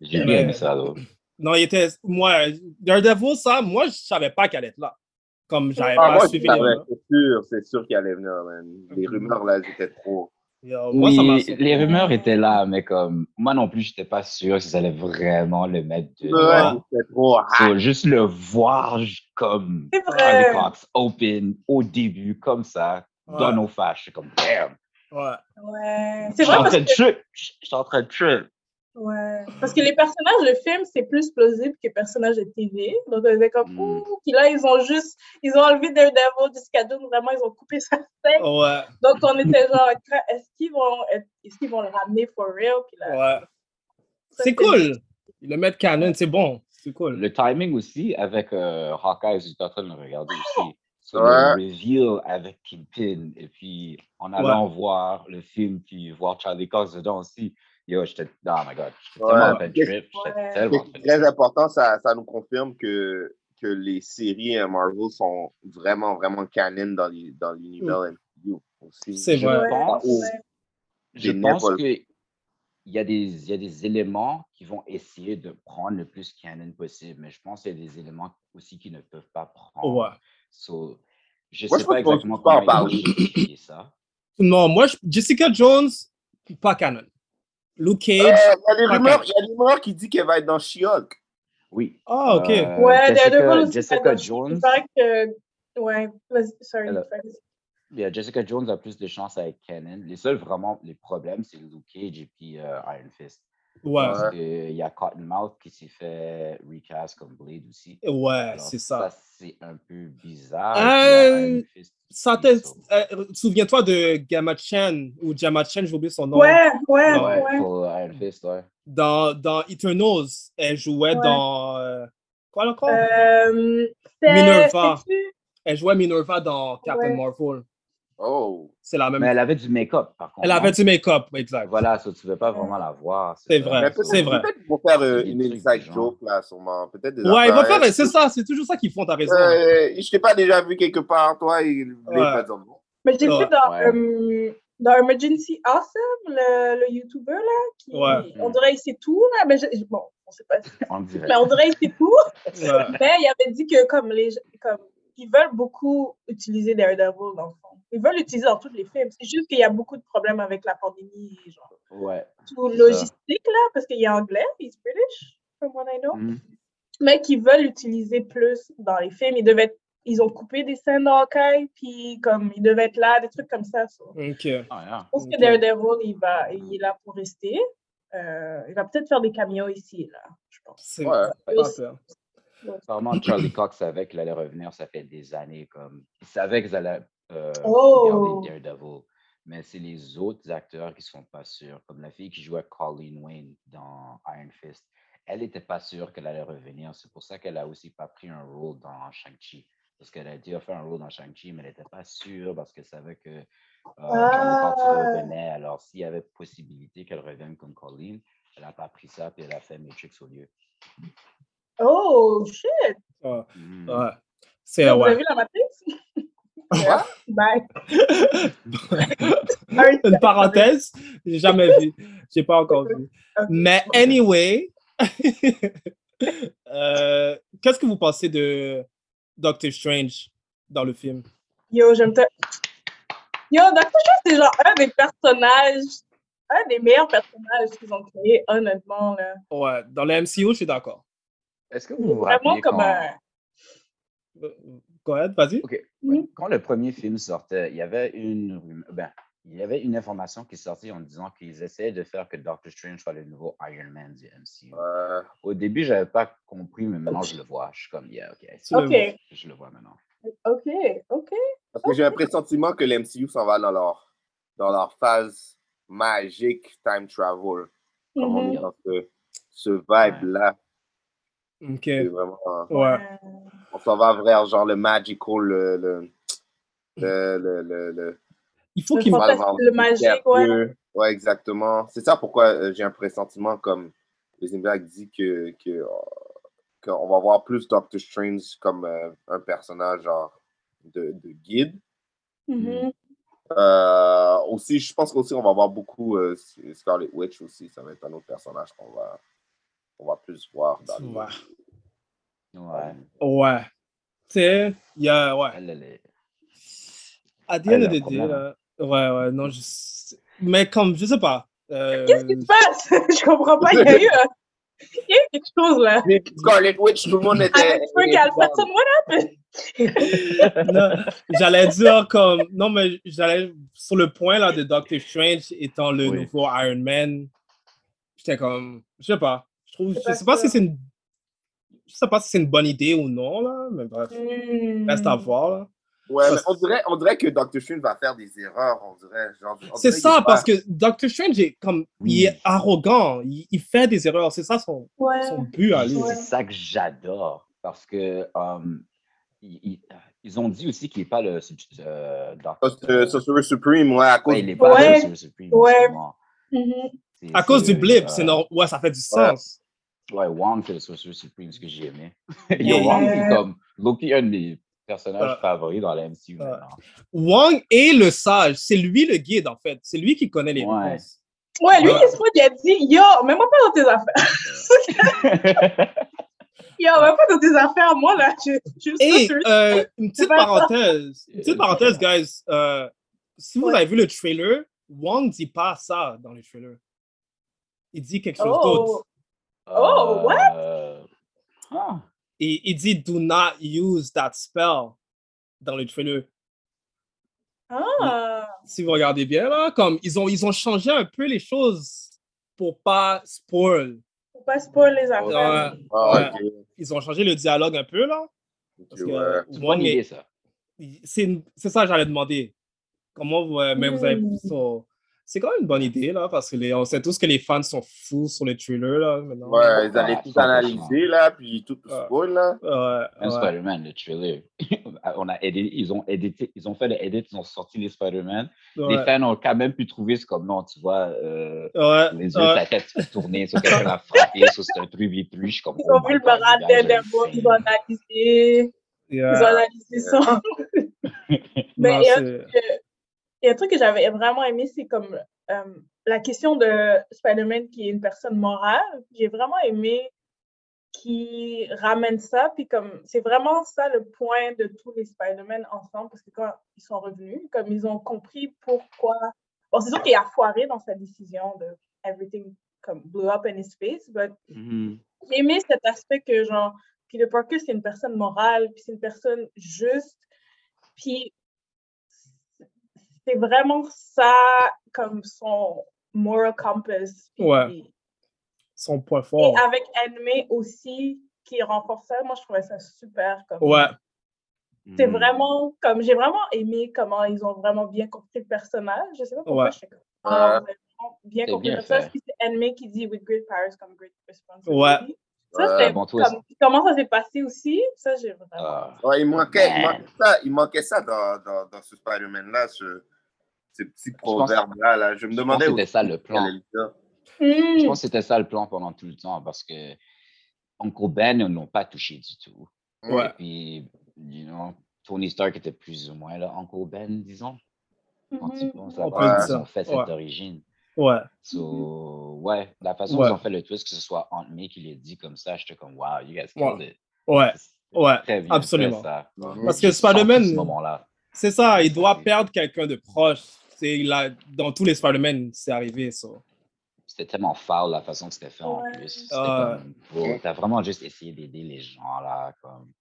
J'ai
Ouais.
bien aimé ça, though.
Non, il était. Moi, Daredevil, ça, moi, je savais pas qu'elle allait être là. Comme j'avais
Ah,
pas
moi, je
suivi.
savais,
les...
c'est sûr, c'est sûr qu'il allait venir, man. Les
Mm-hmm.
rumeurs, là, j'étais trop.
Yo, moi, ça m'a
Oui,
surpris.
les rumeurs étaient là, mais comme moi non plus, j'étais pas sûr si ça allait vraiment le mettre
Ouais,
dedans.
j'étais trop
So,
high.
juste le voir je- comme
C'est vrai.
Charlie Cox Ah, open au début, comme ça,
Ouais.
dans nos fâches. Je suis comme, damn.
Ouais.
Ouais.
Je
C'est
suis
vrai
en
parce
train de
que,
trip. Je je suis en train de trip.
ouais. parce que les personnages de film, c'est plus plausible que les personnages de TV. Donc, ils étaient comme,
Mm.
ouh, puis là, ils ont juste, ils ont enlevé Daredevil du schedule, vraiment, ils ont coupé sa scène.
Ouais.
Donc, on était genre, est-ce qu'ils vont, être- est-ce qu'ils vont le ramener for real? Puis là,
Ouais. C'est cool. Le mettre canon, c'est bon. C'est cool.
Le timing aussi avec euh, Hawkeye, j'étais en train de le regarder aussi. So,
Ouais.
Le reveal avec Kingpin, et puis en allant voir le film, puis voir Charlie Cox dedans aussi. Yo, j'étais, oh my god, j'étais
Ouais.
tellement en train de trip. J'étais
Ouais.
tellement en train
C'est
de
très important, ça, ça nous confirme que,
Mm.
que les séries euh, Marvel sont vraiment, vraiment canines dans les- dans l'univers MCU.
aussi.
C'est
Je
vrai.
pense,
Eh,
Ouais.
je
Des
pense
Neville.
qu'il y, a des- il y a des éléments qui vont essayer de prendre le plus canon possible, mais je pense qu'il y a des éléments aussi qui ne peuvent pas prendre.
Ouais.
So, je ne
Moi,
sais
je
pas
pense qu'on
exactement
peut pas en
comment ils vont
parler.
justifier ça.
Non, moi, je- Jessica Jones, pas canon. Luke Cage.
Il y a des
pas
rumeurs,
canon.
il y a des rumeurs qui disent qu'elle va être dans She-Hulk.
Oui.
Ah, ok.
Ouais, Daredevil
Euh, Jessica,
aussi,
Jessica
Daredevil.
Jones.
Il paraît que. Ouais, vas-y, sorry.
Elle a-
vas-y.
Yeah, Jessica Jones a plus de chances avec Cannon. Les seuls vraiment les problèmes, c'est Luke Cage et puis euh, Iron Fist.
Ouais.
Parce qu'il y a Cottonmouth qui s'est fait recast comme Blade aussi.
Ouais,
Alors,
c'est ça.
C'est un peu bizarre.
Euh,
Et puis, il y a Iron Fist.
certaines- euh, Souviens-toi de Gamma Chan ou Gamma Chan, j'ai oublié son nom.
Ouais, ouais,
Non.
Ouais, pour Iron Fist, ouais.
Dans, dans Eternals, elle jouait
Ouais.
dans. euh, quoi encore
Euh, c'est-
Minerva.
c'est-tu-
Elle jouait Minerva dans Captain
Ouais.
Marvel.
Oh.
C'est la même.
Mais elle avait du make-up, par contre.
Elle avait du make-up, exact.
Voilà, ça, tu ne veux pas vraiment la voir.
C'est
ça.
vrai,
Mais peut-être-
c'est vrai.
Peut-être qu'ils vont faire euh,
Des
une
trucs
inside
du genre.
joke là, sûrement. Peut-être des
Ouais, il va
affaires,
faire,
euh,
c'est ça, c'est toujours ça qu'ils font, t'as raison.
euh, je t'ai pas déjà vu quelque part, toi, il voulait
Ouais.
pas dire bon.
Mais j'ai
Ouais.
vu dans,
Ah, Ouais.
euh, dans Emergency Awesome, le, le YouTuber, là, qui,
Ouais.
on dirait qu'il sait tout, là, mais je- bon, on sait pas,
On dirait.
mais on dirait qu'il sait tout.
Ouais.
Mais il avait dit que comme les comme ils veulent beaucoup utiliser Daredevil dans le fond. Ils veulent l'utiliser dans tous les films. C'est juste qu'il y a beaucoup de problèmes avec la pandémie, genre
Ouais.
tout
C'est
logistique là, parce qu'il est anglais, he's British, from what I know.
Mm.
Mhm.
Mais qu'ils veulent l'utiliser plus dans les films. Ils devaient être- ils ont coupé des scènes dans Hawkeye, puis comme ils devaient être là, des trucs comme ça. so.
Ok.
Ah, yeah.
Je pense
Ok.
que Daredevil, il, va, il est là pour rester. Euh, il va peut-être faire des cameos ici et là, je pense.
C'est
Ouais.
pas peur.
Apparemment, Charlie Cox savait qu'il allait revenir, ça fait des années. Comme... Il savait qu'ils allaient euh,
Oh.
garder Daredevil. Mais c'est les autres acteurs qui sont pas sûrs. Comme la fille qui jouait Colleen Wayne dans Iron Fist, elle n'était pas sûre qu'elle allait revenir. C'est pour ça qu'elle a aussi pas pris un rôle dans Shang-Chi. Parce qu'elle a dit faire un rôle dans Shang-Chi, mais elle n'était pas sûre parce qu'elle savait que euh, Charlie Cox
Ah.
revenait. Alors, s'il y avait possibilité qu'elle revienne comme Colleen, elle n'a pas pris ça, puis elle a fait Matrix au lieu.
Oh, shit!
Ouais.
Mhm.
Ouais. C'est
Vous avez
ouais.
vu la matrice? Bye. Sorry.
Une parenthèse, j'ai jamais vu. J'ai pas encore vu. Mais anyway, euh, qu'est-ce que vous pensez de Doctor Strange dans le film?
Yo, j'aime te. Yo, Doctor Strange, c'est genre un des personnages, un des meilleurs personnages qu'ils ont créé, honnêtement. Là.
Ouais, dans le MCU, je suis d'accord.
Est-ce que vous vous
Vraiment
rappelez
comme
quand-
un.
Euh, Go ahead, vas-y.
OK.
Mhm.
Ouais. Quand le premier film sortait, il y avait une rume- ben, il y avait une information qui sortait en disant qu'ils essayaient de faire que Doctor Strange soit le nouveau Iron Man du MCU.
Euh,
Au début, je n'avais pas compris, mais maintenant je le vois. Je suis comme, yeah, OK. I see.
Tu le vois.
Ok,
Je le vois maintenant.
ok, ok.
parce que j'ai un pressentiment que l'MCU s'en va dans leur, dans leur phase magique time travel. Comme on est
Mhm.
dans ce, ce vibe-là,
Ok.
c'est vraiment.
Ouais.
Euh,
On s'en va vers genre le magical, le. le le, le, le, le-
Il faut
Le
qu'il
on va
fantastique,
vers
le magique, ouais.
peu. Ouais, exactement. C'est ça pourquoi euh, j'ai un pressentiment comme les Black dit que, que, euh, qu'on va voir plus Doctor Strange comme euh, un personnage genre de, de guide.
Mhm.
Euh, aussi, je pense qu'aussi on va voir beaucoup euh, Scarlet Witch aussi. Ça va être un autre personnage qu'on va, on va plus voir dans les-
Ouais.
Ouais.
Ouais. Tu sais, il y a. Ouais.
Elle, elle est-
À the end
Elle a un
of the day,
problème,
là, Ouais, ouais, non, je. sais- Mais comme, je sais pas. euh,
Qu'est-ce qui se passe? Je comprends pas, il y a eu, un- il y a eu quelque chose là.
Mais Scarlet Witch, tout le monde était.
Avec Frank Alfredson, what happened?
Non, j'allais dire comme. Non, mais j'allais. Sur le point là de Doctor Strange étant le
Oui.
nouveau Iron Man, j'étais comme. Je sais pas. Je trouve. Je
pas
sais pas si
sûr.
c'est une. Je sais pas si c'est une bonne idée ou non, là, mais bref. Reste
Hmm.
à voir, là.
Ouais, mais on dirait, on dirait que Doctor Strange va faire des erreurs, on dirait. Genre, on
C'est
dirait
ça,
qu'il
parce
va-
que Doctor Strange est comme. Il est arrogant, il, il fait des erreurs, c'est ça son,
Ouais.
son but à lui.
C'est
Ouais.
ça que j'adore parce que um, ils, ils- ils ont dit aussi qu'il n'est pas le subst- euh,
Ah,
Euh,
Doctor-
euh, Sorcerer Supreme, ouais, à cause
Ouais, il n'est pas
Ouais.
le Sorcerer Supreme en ce
Ouais.
moment.
Mhm.
C'est-
À cause
c'est,
du blip,
euh,
c'est normal. Ouais, ça fait du
ouais.
sens.
Ouais, Wong, c'est le Sorcerer Supreme, ce que j'ai aimé. Yo, Wong, c'est comme Loki, un des personnage
Ah.
favori dans la MCU
Ouais.
maintenant.
Wong est le sage. C'est lui le guide, en fait. C'est lui qui connaît les réponses.
Ouais, lui,
Ouais.
il se fout, il a dit Yo, mets-moi pas dans tes affaires.
Euh,
Yo, mets-moi pas dans tes affaires, moi, là. Je, je
Et
suis
euh, une petite
C'est pas ça.
parenthèse, une petite parenthèse, guys. Euh, si vous avez vu le trailer, Wong dit pas ça dans le trailer. Il dit quelque chose
Oh.
d'autre.
Oh, what?
Ah,
Et il dit do not use that spell dans le trailer.
Ah,
Si vous regardez bien là, comme ils ont ils ont changé un peu les choses pour pas spoil.
faut pas spoil les affaires.
Ouais.
Ah, ok.
Ils ont changé le dialogue un peu là. Parce
Ok,
que
ouais.
C'est une
Wong
bonne
est-
idée, ça.
c'est une- c'est ça que j'allais demander. Comment vous, euh, mais vous avez
Hmm.
so- c'est quand même une bonne idée là parce que les- on sait tous que les fans sont fous sur les thrillers là maintenant.
Ouais, ils allaient
Ah,
tout
100%.
analyser, là, puis tout tout
Ah.
spoil, là.
Même
Ouais, ouais.
Spider-Man, le trailer. On a édi- ils, ont édité, ils ont fait les edits, ils ont sorti les Spider-Man. Les
Ouais.
fans ont quand même pu trouver ce comme non, tu vois, euh,
Ouais,
les yeux,
ouais.
ta tête tournée, sur quelqu'un l'a frappé, sur c'est un truc vitruche. Je suis comme,
Ils
oh
ont
my
vu le
God, les
baratin
gars, j'ai
derrière moi,
faim.
ils ont analysé. Ils ont
Yeah.
analysé ça. Mais
Non,
il y a un
c'est-
que- il y a un truc que j'avais vraiment aimé, c'est comme euh, la question de Spider-Man qui est une personne morale. J'ai vraiment aimé qui ramène ça, puis comme c'est vraiment ça le point de tous les Spider-Man ensemble, parce que quand ils sont revenus, comme ils ont compris pourquoi. Bon, c'est sûr qu'il a foiré dans sa décision de everything comme blew up in his face, but
Mhm.
j'ai aimé cet aspect que, genre, Peter Parker, c'est une personne morale, puis c'est une personne juste, puis c'est vraiment ça comme son moral compass. puis-
Ouais. son point
Et
fort.
avec Anime aussi, qui renforce ça, moi, je trouvais ça super. Comme,
Ouais,
C'est
Mhm.
vraiment, comme, j'ai vraiment aimé comment ils ont vraiment bien compris le personnage. Je sais pas pourquoi
Ouais.
je sais comme, ah,
Ouais.
vous avez vraiment bien
C'est
compris
bien
le personnage,
fait.
puis c'est Anime qui dit « with great powers come great responsibility
Ouais.
Ça,
Ouais,
c'était
bon twist.
comme, comment ça s'est passé aussi, ça, j'ai vraiment...
Ah.
Ouais, il manquait, il
Man.
manquait ça, il manquait ça dans, dans, dans ce Spider-Man-là, ce, ce petit
pense-
proverbe-là. Là. Je me
je
demandais
pense que c'était
aussi
ça, le
quel
plan.
est le plan.
Je
Hmm.
Mm.
pense que c'était ça le plan pendant tout le temps parce que Uncle Ben, ils ne l'ont pas touché du tout.
ouais.
Et puis, you know, Tony Stark était plus ou moins là, Uncle Ben, disons. Quand ils
Mm-hmm.
Mhm.
pensent
On
à
peut
comment
dire
ils
ça,
ont fait cette
ouais.
origine.
Ouais.
So,
Mm-hmm.
ouais, la façon dont
Ouais.
ils ont fait le twist, que ce soit Aunt May qui l'ait dit comme ça, j'étais comme, wow, you guys
Ouais.
killed it.
Ouais.
C'était
Ouais,
très bien
absolument.
fait, ça.
Parce
J'ai
que
senti
Spider-Man-
ce moment-là.
C'est ça, il doit
Ouais.
perdre quelqu'un de proche. C'est là, dans tous les Spider-Man, c'est arrivé ça.
C'était tellement foul la façon que c'était fait en
Ouais.
plus. C'était
Ah.
comme, bro, t'as vraiment juste essayé d'aider les gens là. Comme...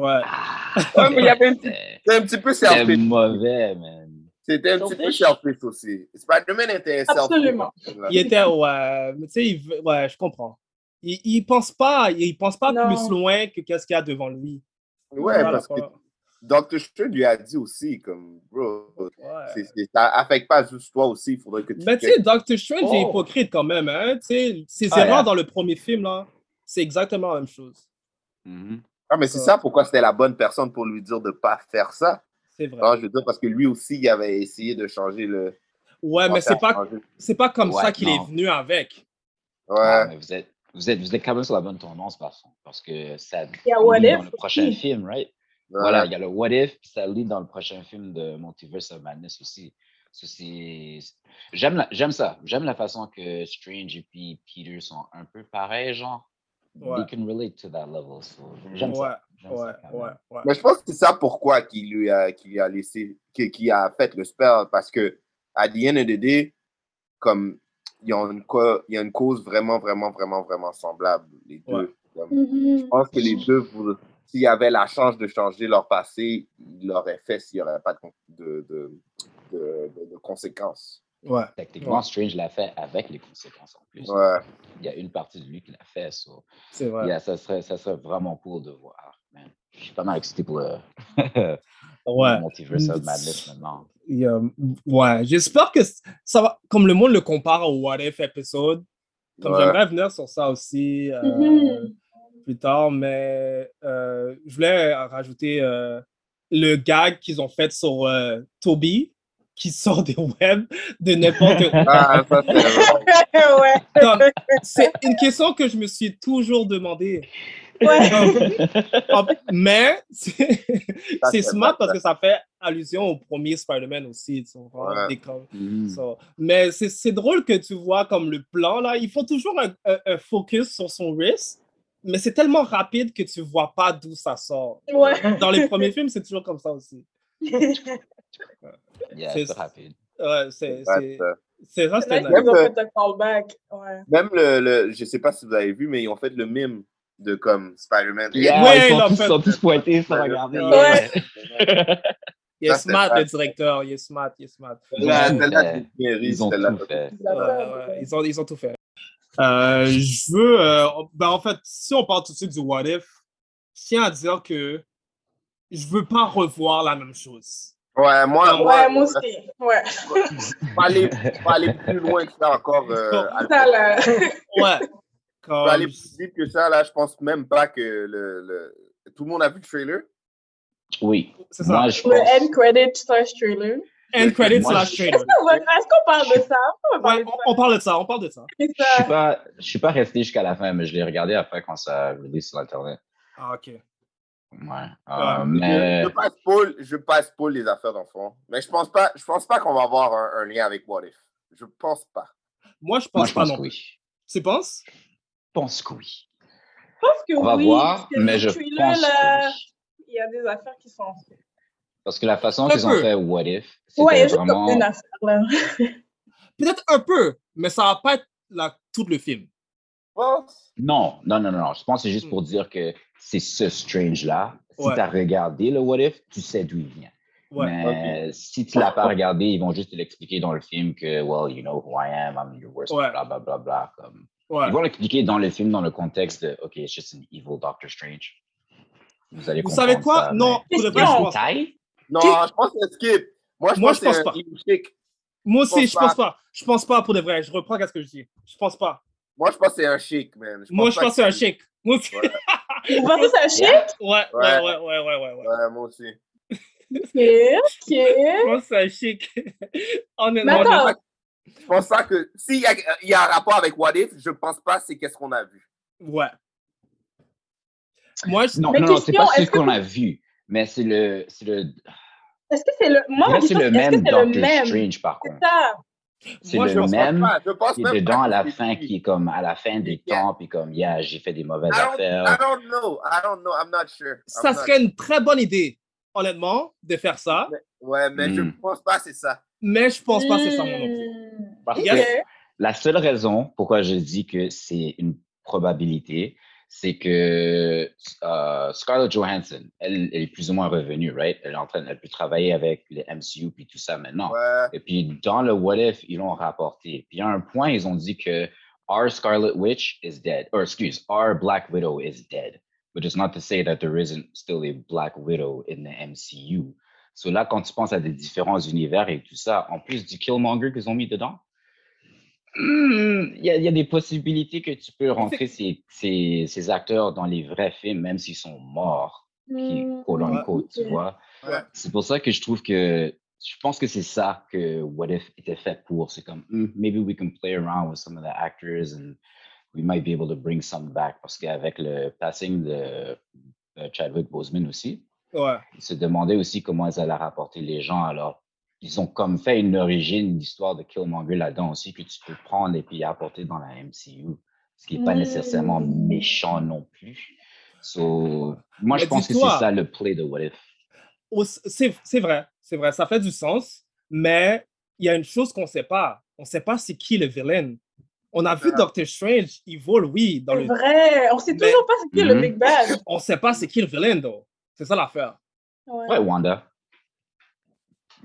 Ouais.
Ah,
Ouais, mais il y avait un petit-
c'était
C'était un petit peu
c'était
selfish.
mauvais, man.
C'était un petit peu selfish aussi. Spider-Man était selfish.
Absolument.
Là.
Il était, ouais, mais tu sais, il veut- ouais, je comprends. Il, il pense pas, il, il pense pas
Non.
plus loin que qu'est-ce qu'il y a devant lui.
Ouais,
Voilà,
parce que
quoi.
Dr. Strange lui a dit aussi, comme, bro,
Ouais.
c'est- c'est- ça affecte pas juste toi aussi, il faudrait que tu...
Ben,
Mais tu sais, Doctor Strange est
Oh.
hypocrite quand même, hein. Tu sais, ses
Ah,
erreurs
yeah.
dans le premier film, là, c'est exactement la même chose.
Mhm.
Ah, mais c'est ça, pourquoi c'était la bonne personne pour lui dire de pas faire ça.
C'est vrai.
Non, je veux dire, parce que lui aussi, il avait essayé de changer le... ah,
Ouais, mais c'est pas,
changer-
c'est pas comme
Ouais,
ça qu'il
non.
est venu avec.
Ah,
Ouais.
mais vous, êtes, vous, êtes, vous êtes quand même sur la bonne tendance parce, parce que ça
Il y a
lead
What
dans
If
le prochain
aussi.
film, right?
Ouais.
Voilà, il y a le What If, puis ça lead dans le prochain film de Multiverse of Madness aussi. Ça, c'est- J'aime la- j'aime ça. J'aime la façon que Strange et puis Peter sont un peu pareils, genre.
Ouais.
They can relate to that level. so J'aime
Ouais,
ça. J'aime
ouais,
ça quand même.
ouais, ouais.
Mais je pense que c'est ça pourquoi qu'il lui a, qu'il lui a laissé, qu'il qu'il a fait le spell, parce que à the end of the day, comme il y a une, co- il y a une cause vraiment, vraiment, vraiment, vraiment semblable, les deux.
Ouais.
Comme,
Mhm.
je pense que les deux, vous- s'il y avait la chance de changer leur passé, ils l'auraient fait s'il n'y aurait pas de, con- de, de, de- de- de conséquences.
Ouais.
Techniquement, Strange l'a fait avec les conséquences en plus.
Ouais.
Il y a une partie de lui qui l'a fait. so
C'est vrai.
yeah, ça, serait, ça serait vraiment cool de voir. man. Je suis pas mal excité pour euh, le
Ouais.
le Multiverse of Madness maintenant.
Et, euh, ouais, j'espère que c- ça va. Comme le monde le compare au What If épisode, comme
Ouais.
j'aimerais venir sur ça aussi euh,
Mhm.
plus tard, mais euh, je voulais rajouter euh, le gag qu'ils ont fait sur euh, Toby qui sort des webs de n'importe où.
Ah, ça, c'est
Comme, c'est une question que je me suis toujours demandée.
Ouais.
Comme, mais c'est c'est
c'est
smart
vrai,
parce
ça.
que ça fait allusion au premier Spider-Man aussi. tu comprends,
Ouais.
des com-
Mm.
Hmm.
so. Mais c'est c'est drôle que tu vois comme le plan, là, ils font toujours un, un- un focus sur son wrist, mais c'est tellement rapide que tu vois pas d'où ça sort.
Ouais.
Dans les premiers films, c'est toujours comme ça aussi.
Yeah,
C'est-
c'est rapide.
Ouais, c'est c'est-
Ouais, ça.
c'est ça,
C'est
c'était
nice
nice.
qu'ils ont fait le callback. Ouais.
Même le, le, je sais pas si vous avez vu, mais ils ont fait le mime de comme Spider-Man.
Yeah,
Ouais,
ils
non,
sont tous,
fait-
sont tous pointés sans regarder.
Ouais.
Ouais.
Il est
Ça, c'est
smart,
vrai.
le directeur. Il est smart, il est smart.
Celle-là,
Ils ont
celle-là,
tout
c'est une
Ils ont
celle-là.
tout fait.
Ils l'ont
Ouais,
fait.
ouais, ils, ont, ils ont tout fait. Euh, je veux. euh, ben en fait, si on parle tout de suite du what if, je tiens à dire que je veux pas revoir la même chose.
Ouais, moi,
Ouais,
moi,
Ouais, moi aussi. Ouais.
faut aller, faut aller plus loin que ça encore. euh,
Bon,
Alfred.
Ça,
hein.
là.
Ouais.
Faut aller
Comme,
plus deep que ça, là, je pense même pas que le, le- tout le monde a vu le trailer.
Oui.
c'est ça.
Moi, je
Le end
pense.
credit slash trailer.
End credit
Moi,
slash
je-
trailer.
On va- Est-ce qu'on parle de ça? On va
Ouais,
parler de
on, on parle de ça, on parle de ça.
Je suis
ça.
pas, je suis pas resté jusqu'à la fin, mais je l'ai regardé après quand ça a release sur Internet.
Ah, ok.
Ouais. Euh,
Ouais.
mais
Je passe Paul, je passe Paul les affaires d'enfant. Mais je pense pas, je pense pas qu'on va avoir un, un lien avec What If. Je pense pas.
Moi, je pense
moi, je
pas
pense
non
que
plus.
oui.
Tu penses?
Je pense que oui.
Je pense que
On va
oui,
voir,
parce que
mais
ce
je
trailer,
pense que
là,
oui.
Il y a des affaires qui sont.
Parce que la façon
Très
qu'ils ont
peu.
fait What If,
Ouais, il y
c'était
a juste comme
vraiment.
une affaire, là.
Peut-être un peu, mais ça va pas être la, tout le film.
Je pense.
Non, non, non, non, non. Je pense que c'est juste
Hmm.
pour dire que c'est ce Strange-là. Si
Ouais.
tu as regardé le What If, tu sais d'où il vient.
Ouais.
Mais si tu l'as pas regardé, ils vont juste te l'expliquer dans le film que, well, you know who I am, I'm your worst,
Ouais.
bla, bla, bla, bla. Comme...
Ouais.
Ils vont l'expliquer dans le film, dans le contexte de, OK, it's just an evil Doctor Strange. Vous allez
Vous
comprendre
savez quoi?
ça,
non,
mais-
pour de vrai,
Les
je
Question.
pense.
détails?
Non,
Qui-
je pense que c'est skip. Moi, je
Moi,
pense
je pense
que c'est
pas.
un heel kick.
Moi aussi,
pense
je pense
pas.
pas. Je pense pas pour de vrai. Je reprends qu'est-ce que je dis. Je pense pas.
Moi, je pense que c'est un chic, man.
Moi, je
pas
pense que c'est un
c'est-
chèque. Moi aussi.
Ouais.
Vous pensez que c'est un chien?
Ouais, ouais, ouais,
Ouais.
ouais, ouais, ouais. ouais.
Ouais, moi aussi.
Ok,
Je
ok.
pense que c'est un chic.
Mais
Honnêtement,
attends,
Je pense pas que s'il y, a- il y a un rapport avec What If, je pense pas c'est qu'est-ce qu'on a vu.
je- ouais. Moi, je...
Non,
Mais
non, non, c'est pas
question,
ce
est-ce que
qu'on a vu, mais c'est le, c'est le,
est-ce que c'est le. Moi, ma
là, c'est
question,
le
c'est
même
est-ce que c'est le
Doctor
même?
Strange, par
C'est
contre.
ça.
C'est
Moi, je
le
pense
Je pense
même
pas. Je pense
qui est
même
dedans
pas
à la
que c'est
fin,
lui.
qui est comme à la fin des
Yeah.
temps, puis comme, yeah, j'ai fait des mauvaises
I don't, I
affaires.
don't know. I don't know. I'm not sure. I'm
ça
not-
serait une très bonne idée, honnêtement, de faire ça.
Ouais, mais
Mm.
je pense pas c'est ça.
Mais je pense pas que c'est ça, moi non plus.
Hmm.
Parce
Ok.
Yes.
que la seule raison pourquoi je dis que c'est une probabilité, c'est que euh, Scarlett Johansson, elle, elle est plus ou moins revenue, right? Elle est en train, elle peut travailler avec les MCU puis tout ça maintenant.
Ouais.
Et puis dans le What If, ils l'ont rapporté. Puis à un point, ils ont dit que our Scarlet Witch is dead, or excuse, our Black Widow is dead. Which is not to say that there isn't still a Black Widow in the MCU. So là, quand tu penses à des différents univers et tout ça, en plus du Killmonger qu'ils ont mis dedans, hmm, il y, a- il y a des possibilités que tu peux rentrer ces, ces- ces acteurs dans les vrais films, même s'ils sont morts, qui,
Hmm.
quote unquote, tu
Ok.
vois.
Ouais.
C'est pour ça que je trouve que je pense que c'est ça que What If était fait pour. C'est comme Hmm, maybe we can play around with some of the actors and we might be able to bring some back parce qu'avec le passing de de Chadwick Boseman aussi,
Hmm.
Ouais.
ils se demandaient aussi comment ils allaient rapporter les gens. Alors ils ont comme fait une origine, une histoire de Killmonger là-dedans aussi que tu peux prendre et puis apporter dans la MCU, ce qui n'est pas nécessairement
Hmm.
méchant non plus. So, moi, je
Mais
pense que c'est
dis-toi-
ça le play de What If.
au- c'est c'est vrai, c'est vrai, ça fait du sens, mais il y a une chose qu'on ne sait pas. On ne sait pas c'est qui le vilain. On a vu
Ah.
Doctor Strange, il vole, oui, dans
C'est
le...
vrai. On sait
Mais-
toujours pas c'est qui le
Mhm.
Big Bad.
On ne sait pas c'est qui le vilain, though. C'est ça l'affaire.
Ouais,
Ouais.
Wanda.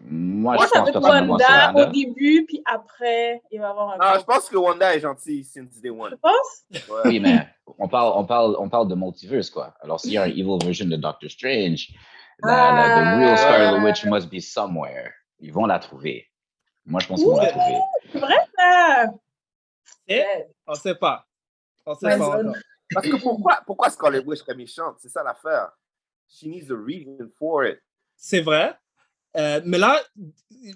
Moi,
Moi,
je pense
ça va être
personnellement que c'est
Wanda au
Wanda.
début, puis après, il va y avoir un.
Ah, je
gros-
pense que Wanda est gentille since day one.
Tu penses?
Ouais.
Oui, mais on parle, on, parle, on parle de multiverse, quoi. Alors, s'il y a un evil version de Doctor Strange, la, la-
Ah.
the real Scarlet Witch must be somewhere. Ils vont la trouver. Moi, je pense qu'ils vont la
Ouais.
trouver.
C'est vrai, ça.
Et on ne sait pas. On ne sait
Ouais,
pas
c'est
encore.
Parce que pourquoi, pourquoi Scarlet Witch serait méchante? C'est ça l'affaire. She needs a reason for it.
C'est vrai, Euh, mais là.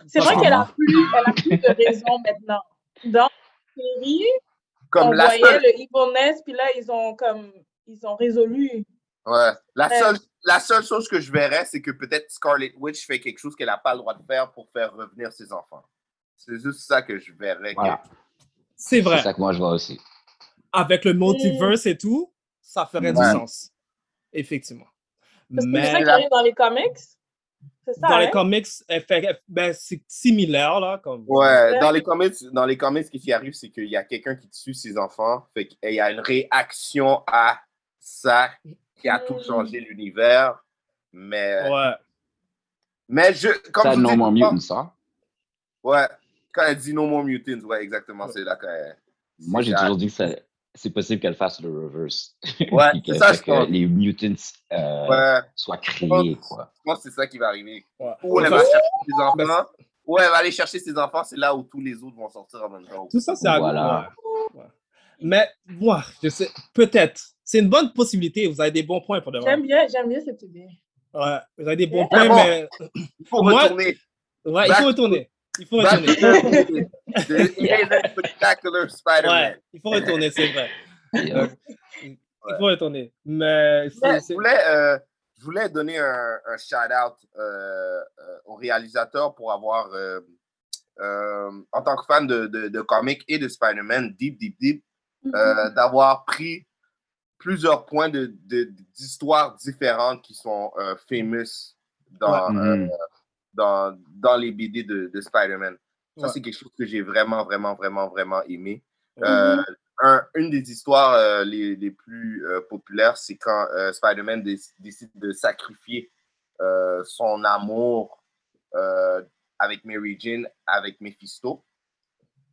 C'est
parce
vrai
que-
qu'elle a, plus- elle a plus de raison maintenant. Dans la série,
Comme
on
la
voyait
seule-
le evilness, puis là, ils ont comme ils ont résolu.
Ouais. La,
Ouais.
seule, la seule chose que je verrais, c'est que peut-être Scarlet Witch fait quelque chose qu'elle n'a pas le droit de faire pour faire revenir ses enfants. C'est juste ça que je verrais.
Voilà.
C'est vrai.
C'est ça que moi, je vois aussi.
Avec le
Hmm.
multiverse et tout, ça ferait
Ouais.
du sens. Effectivement.
Parce que
Mais
c'est ça qui arrive dans les comics. C'est ça,
dans
hein?
les comics, elle fait- elle- ben, c'est similaire, là. Comme...
Ouais, dans les comics, dans les comics, ce qui arrive, c'est qu'il y a quelqu'un qui tue ses enfants, fait qu'il y a une réaction à ça qui a tout changé l'univers, mais
ouais.
mais je comme
Ça,
je vous
non,
dis,
mon
je pense-
mutant, ça.
Ouais, quand elle dit No More Mutants, ouais, exactement, c'est là quand elle...
Moi, j'ai
ça.
toujours dit que ça- c'est possible qu'elle fasse le reverse.
Ouais,
Puis
c'est
que-
ça,
fait
je
que
pense.
les mutants euh,
Ouais.
soient créés, quoi.
Je pense que c'est ça qui va arriver.
Ouais.
Ou elle
Ouais.
va chercher ses enfants, ou elle va aller chercher ses enfants, c'est là où tous les autres vont sortir en même temps.
Tout ça, c'est à
Voilà.
ouais. Ouais. Mais, moi, je sais, peut-être. C'est une bonne possibilité. Vous avez des bons points pour de vrai.
J'aime bien, j'aime bien cette idée.
Ouais, vous avez des bons
Ouais.
points,
Mais bon,
mais.
Il faut
Moi-
retourner.
Ouais, il faut
Back-
retourner. Il faut
Back
retourner.
to the Amazing Spectacular Spider-Man.
Ouais, il faut retourner, c'est vrai.
Et, euh,
Euh, Il faut retourner. Mais.
Je voulais-
c'est-
je
c'est-
voulais, euh, je voulais donner un, un shout-out euh, euh, au réalisateur pour avoir, euh, euh, en tant que fan de, de, de comics et de Spider-Man, Deep, Deep, Deep, euh, d'avoir pris plusieurs points de- de- d'histoires différentes qui sont euh, famous dans,
Ouais.
euh,
Mm.
Mhm.
dans, dans les BD de, de Spider-Man. Ça,
Ouais.
c'est quelque chose que j'ai vraiment, vraiment, vraiment, vraiment aimé. Euh, un- une des histoires euh, les, les plus euh, populaires, c'est quand euh, Spider-Man dé- décide de sacrifier euh, son amour euh, avec Mary Jane, avec Mephisto.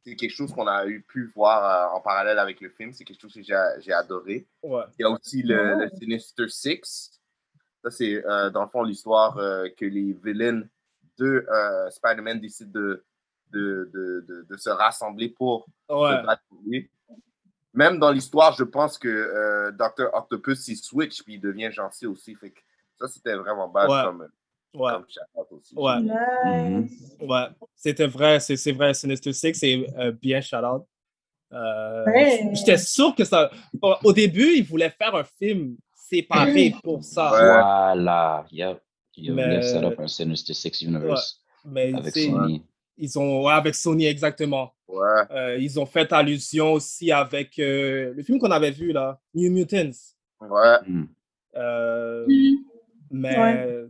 C'est quelque chose qu'on a eu pu voir euh, en parallèle avec le film. C'est quelque chose que j'ai j'ai adoré.
Ouais.
Il y a aussi
Ah.
le, le Sinister Six. Ça, c'est euh, dans le fond l'histoire euh, que les villains de euh, Spider-Man décident de, de, de, de- de se rassembler pour
Ouais.
se battre pour lui. Même dans l'histoire, je pense que euh, Dr. Octopus, il switch puis il devient gentil aussi. Fait que ça, c'était vraiment bad
Ouais.
comme,
Ouais.
comme shout-out aussi.
Ouais.
Nice.
Ouais, c'était vrai, c'est c'est vrai, Sinister Six, c'est euh, bien shout-out. Euh,
Ouais.
J'étais sûr que ça. au- Au début, ils voulaient faire un film séparé pour ça.
Ouais.
Voilà. Yep. Ils
Mais-
voulaient set up un Sinister Six Universe
Mais
avec
tu sais,
Sony.
ils ont. ouais, avec Sony, exactement.
Ouais.
Euh, ils ont fait allusion aussi avec euh, le film qu'on avait vu, là, New Mutants.
Ouais.
Mm.
Euh,
Mhm.
mais ouais,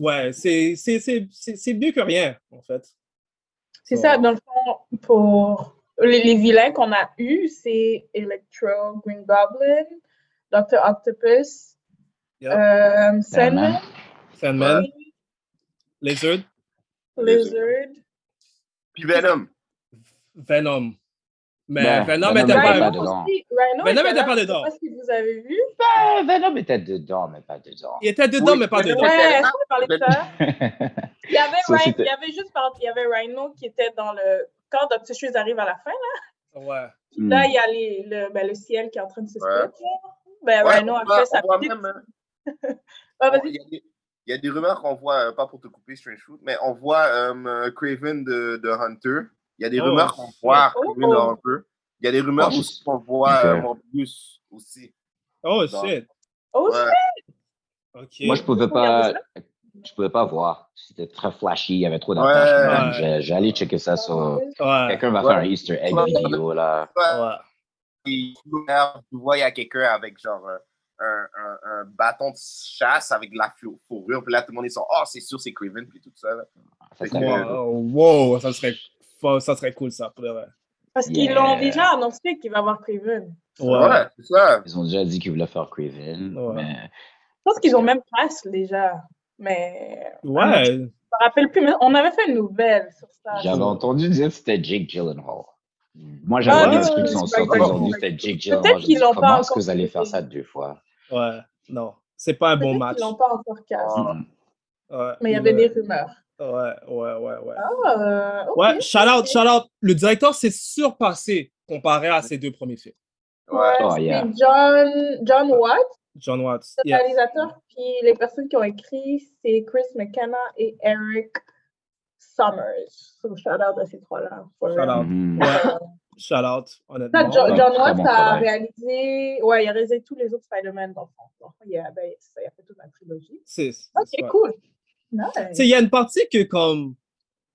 Ouais.
c'est c'est- c'est- c'est- c'est mieux que rien, en fait.
C'est
Oh.
ça, dans le fond, pour les, les vilains qu'on a eus, c'est Electro, Green Goblin, Dr. Octopus,
Yep.
euh,
Sandman.
Sandman,
Sandman, Lizard,
Lizard.
Puis Venom.
Venom. Mais
Ben,
Venom
Venom
était
était
pas.
là
Rhino
dedans.
aussi. Rhino
Venom
était
était
là,
pas
je sais
dedans.
pas si vous avez vu.
Ben, Venom était dedans, mais pas dedans.
Il était dedans,
Oui,
mais pas
Venom
dedans.
était
Ouais,
là.
je parlais de ça. Il y avait,
Ça,
Rhino-
c'était-
il y avait juste par- il y avait Rhino qui était dans le. Quand Dr. Shoes arrive à la fin, là,
Ouais.
Mm.
là, il y a les- le, ben, le ciel qui est en train de se
Ouais.
split, là.
Ah
Ben,
Ouais,
Rhino
on
a
voit-
fait sa
on voit
petite.
même, hein,
Ah,
on-
vas-y.
il, y a des, il y a des rumeurs qu'on voit, euh, pas pour te couper, Strange Fruit, mais on voit euh, Craven de, de Hunter. Il y a des
Oh,
rumeurs qu'on
shit.
voit
Ah Oh.
Craven de Hunter. Il y a des rumeurs
Oh, shit.
aussi qu'on voit euh,
Ok.
Morbius aussi.
Oh
Bon.
shit.
Oh,
Ouais.
Ok.
Moi, je pouvais pas,
Regardez
je pouvais pas voir. C'était très flashy, il y avait trop
Ouais.
d'attachements. J'ai J'ai allé checker ça sur.
Ouais.
Quelqu'un va
Ouais.
faire un Easter egg
Ouais.
vidéo là.
Ouais.
Et tu vois, il y a quelqu'un avec genre euh, un, un- un bâton de chasse avec de la fou- fourrure. Puis là, tout le monde est sur Oh, c'est sûr, c'est Craven. Puis tout ça. là.
Ça
C'est
serait
quoi?
cool.
Wow, wow, ça serait, fa- ça serait cool ça pour de vrai.
Parce qu'ils
Yeah.
l'ont déjà annoncé qu'il va y avoir Craven.
Ouais.
c'est ça.
Ils ont déjà dit qu'ils voulaient faire Craven,
Ouais.
mais
Je pense qu'ils ont même presque déjà. Mais
Ouais. Ouais.
je me rappelle plus. Mais on avait fait une nouvelle sur ça.
j'avais
c'est-
entendu dire que c'était Jake Gyllenhaal. Moi, j'avais
Ah,
des
non,
trucs qui
c'est
sont
pas
sortis, ils ont
exactement.
dit que c'était Jake
Peut-être
Gyllenhaal. J'ai
qu'ils
dit,
l'ont pas
comment est-ce que
encore
vous allez faire
publié.
ça deux fois?
Non, c'est pas un bon
Peut-être
match.
qu'ils l'ont pas encore cassé.
Mm-mm.
Ouais,
Mais il y avait des
le-
rumeurs.
Ouais, ouais, ouais, ouais.
Ah, ok.
Ouais, shout out, shout out. Le directeur s'est surpassé comparé à ses deux premiers films.
Ouais,
Oh,
c'est
yeah.
John, John Watt.
John Watts.
Le
yes.
réalisateur, puis les personnes qui ont écrit, c'est Chris McKenna et Eric Summers. So, shout out à ces trois-là. for
Shout out.
real.
Ouais. Shout out, honnêtement.
Ça, John, John Watts a
travail.
réalisé, ouais, il a réalisé tous les autres Spider-Man dans le fond. Donc, il a, ben, ça, il a fait toute la trilogie.
C'est- c'est-
Ok,
ouais.
cool. Nice.
Tu sais, il y a une partie que comme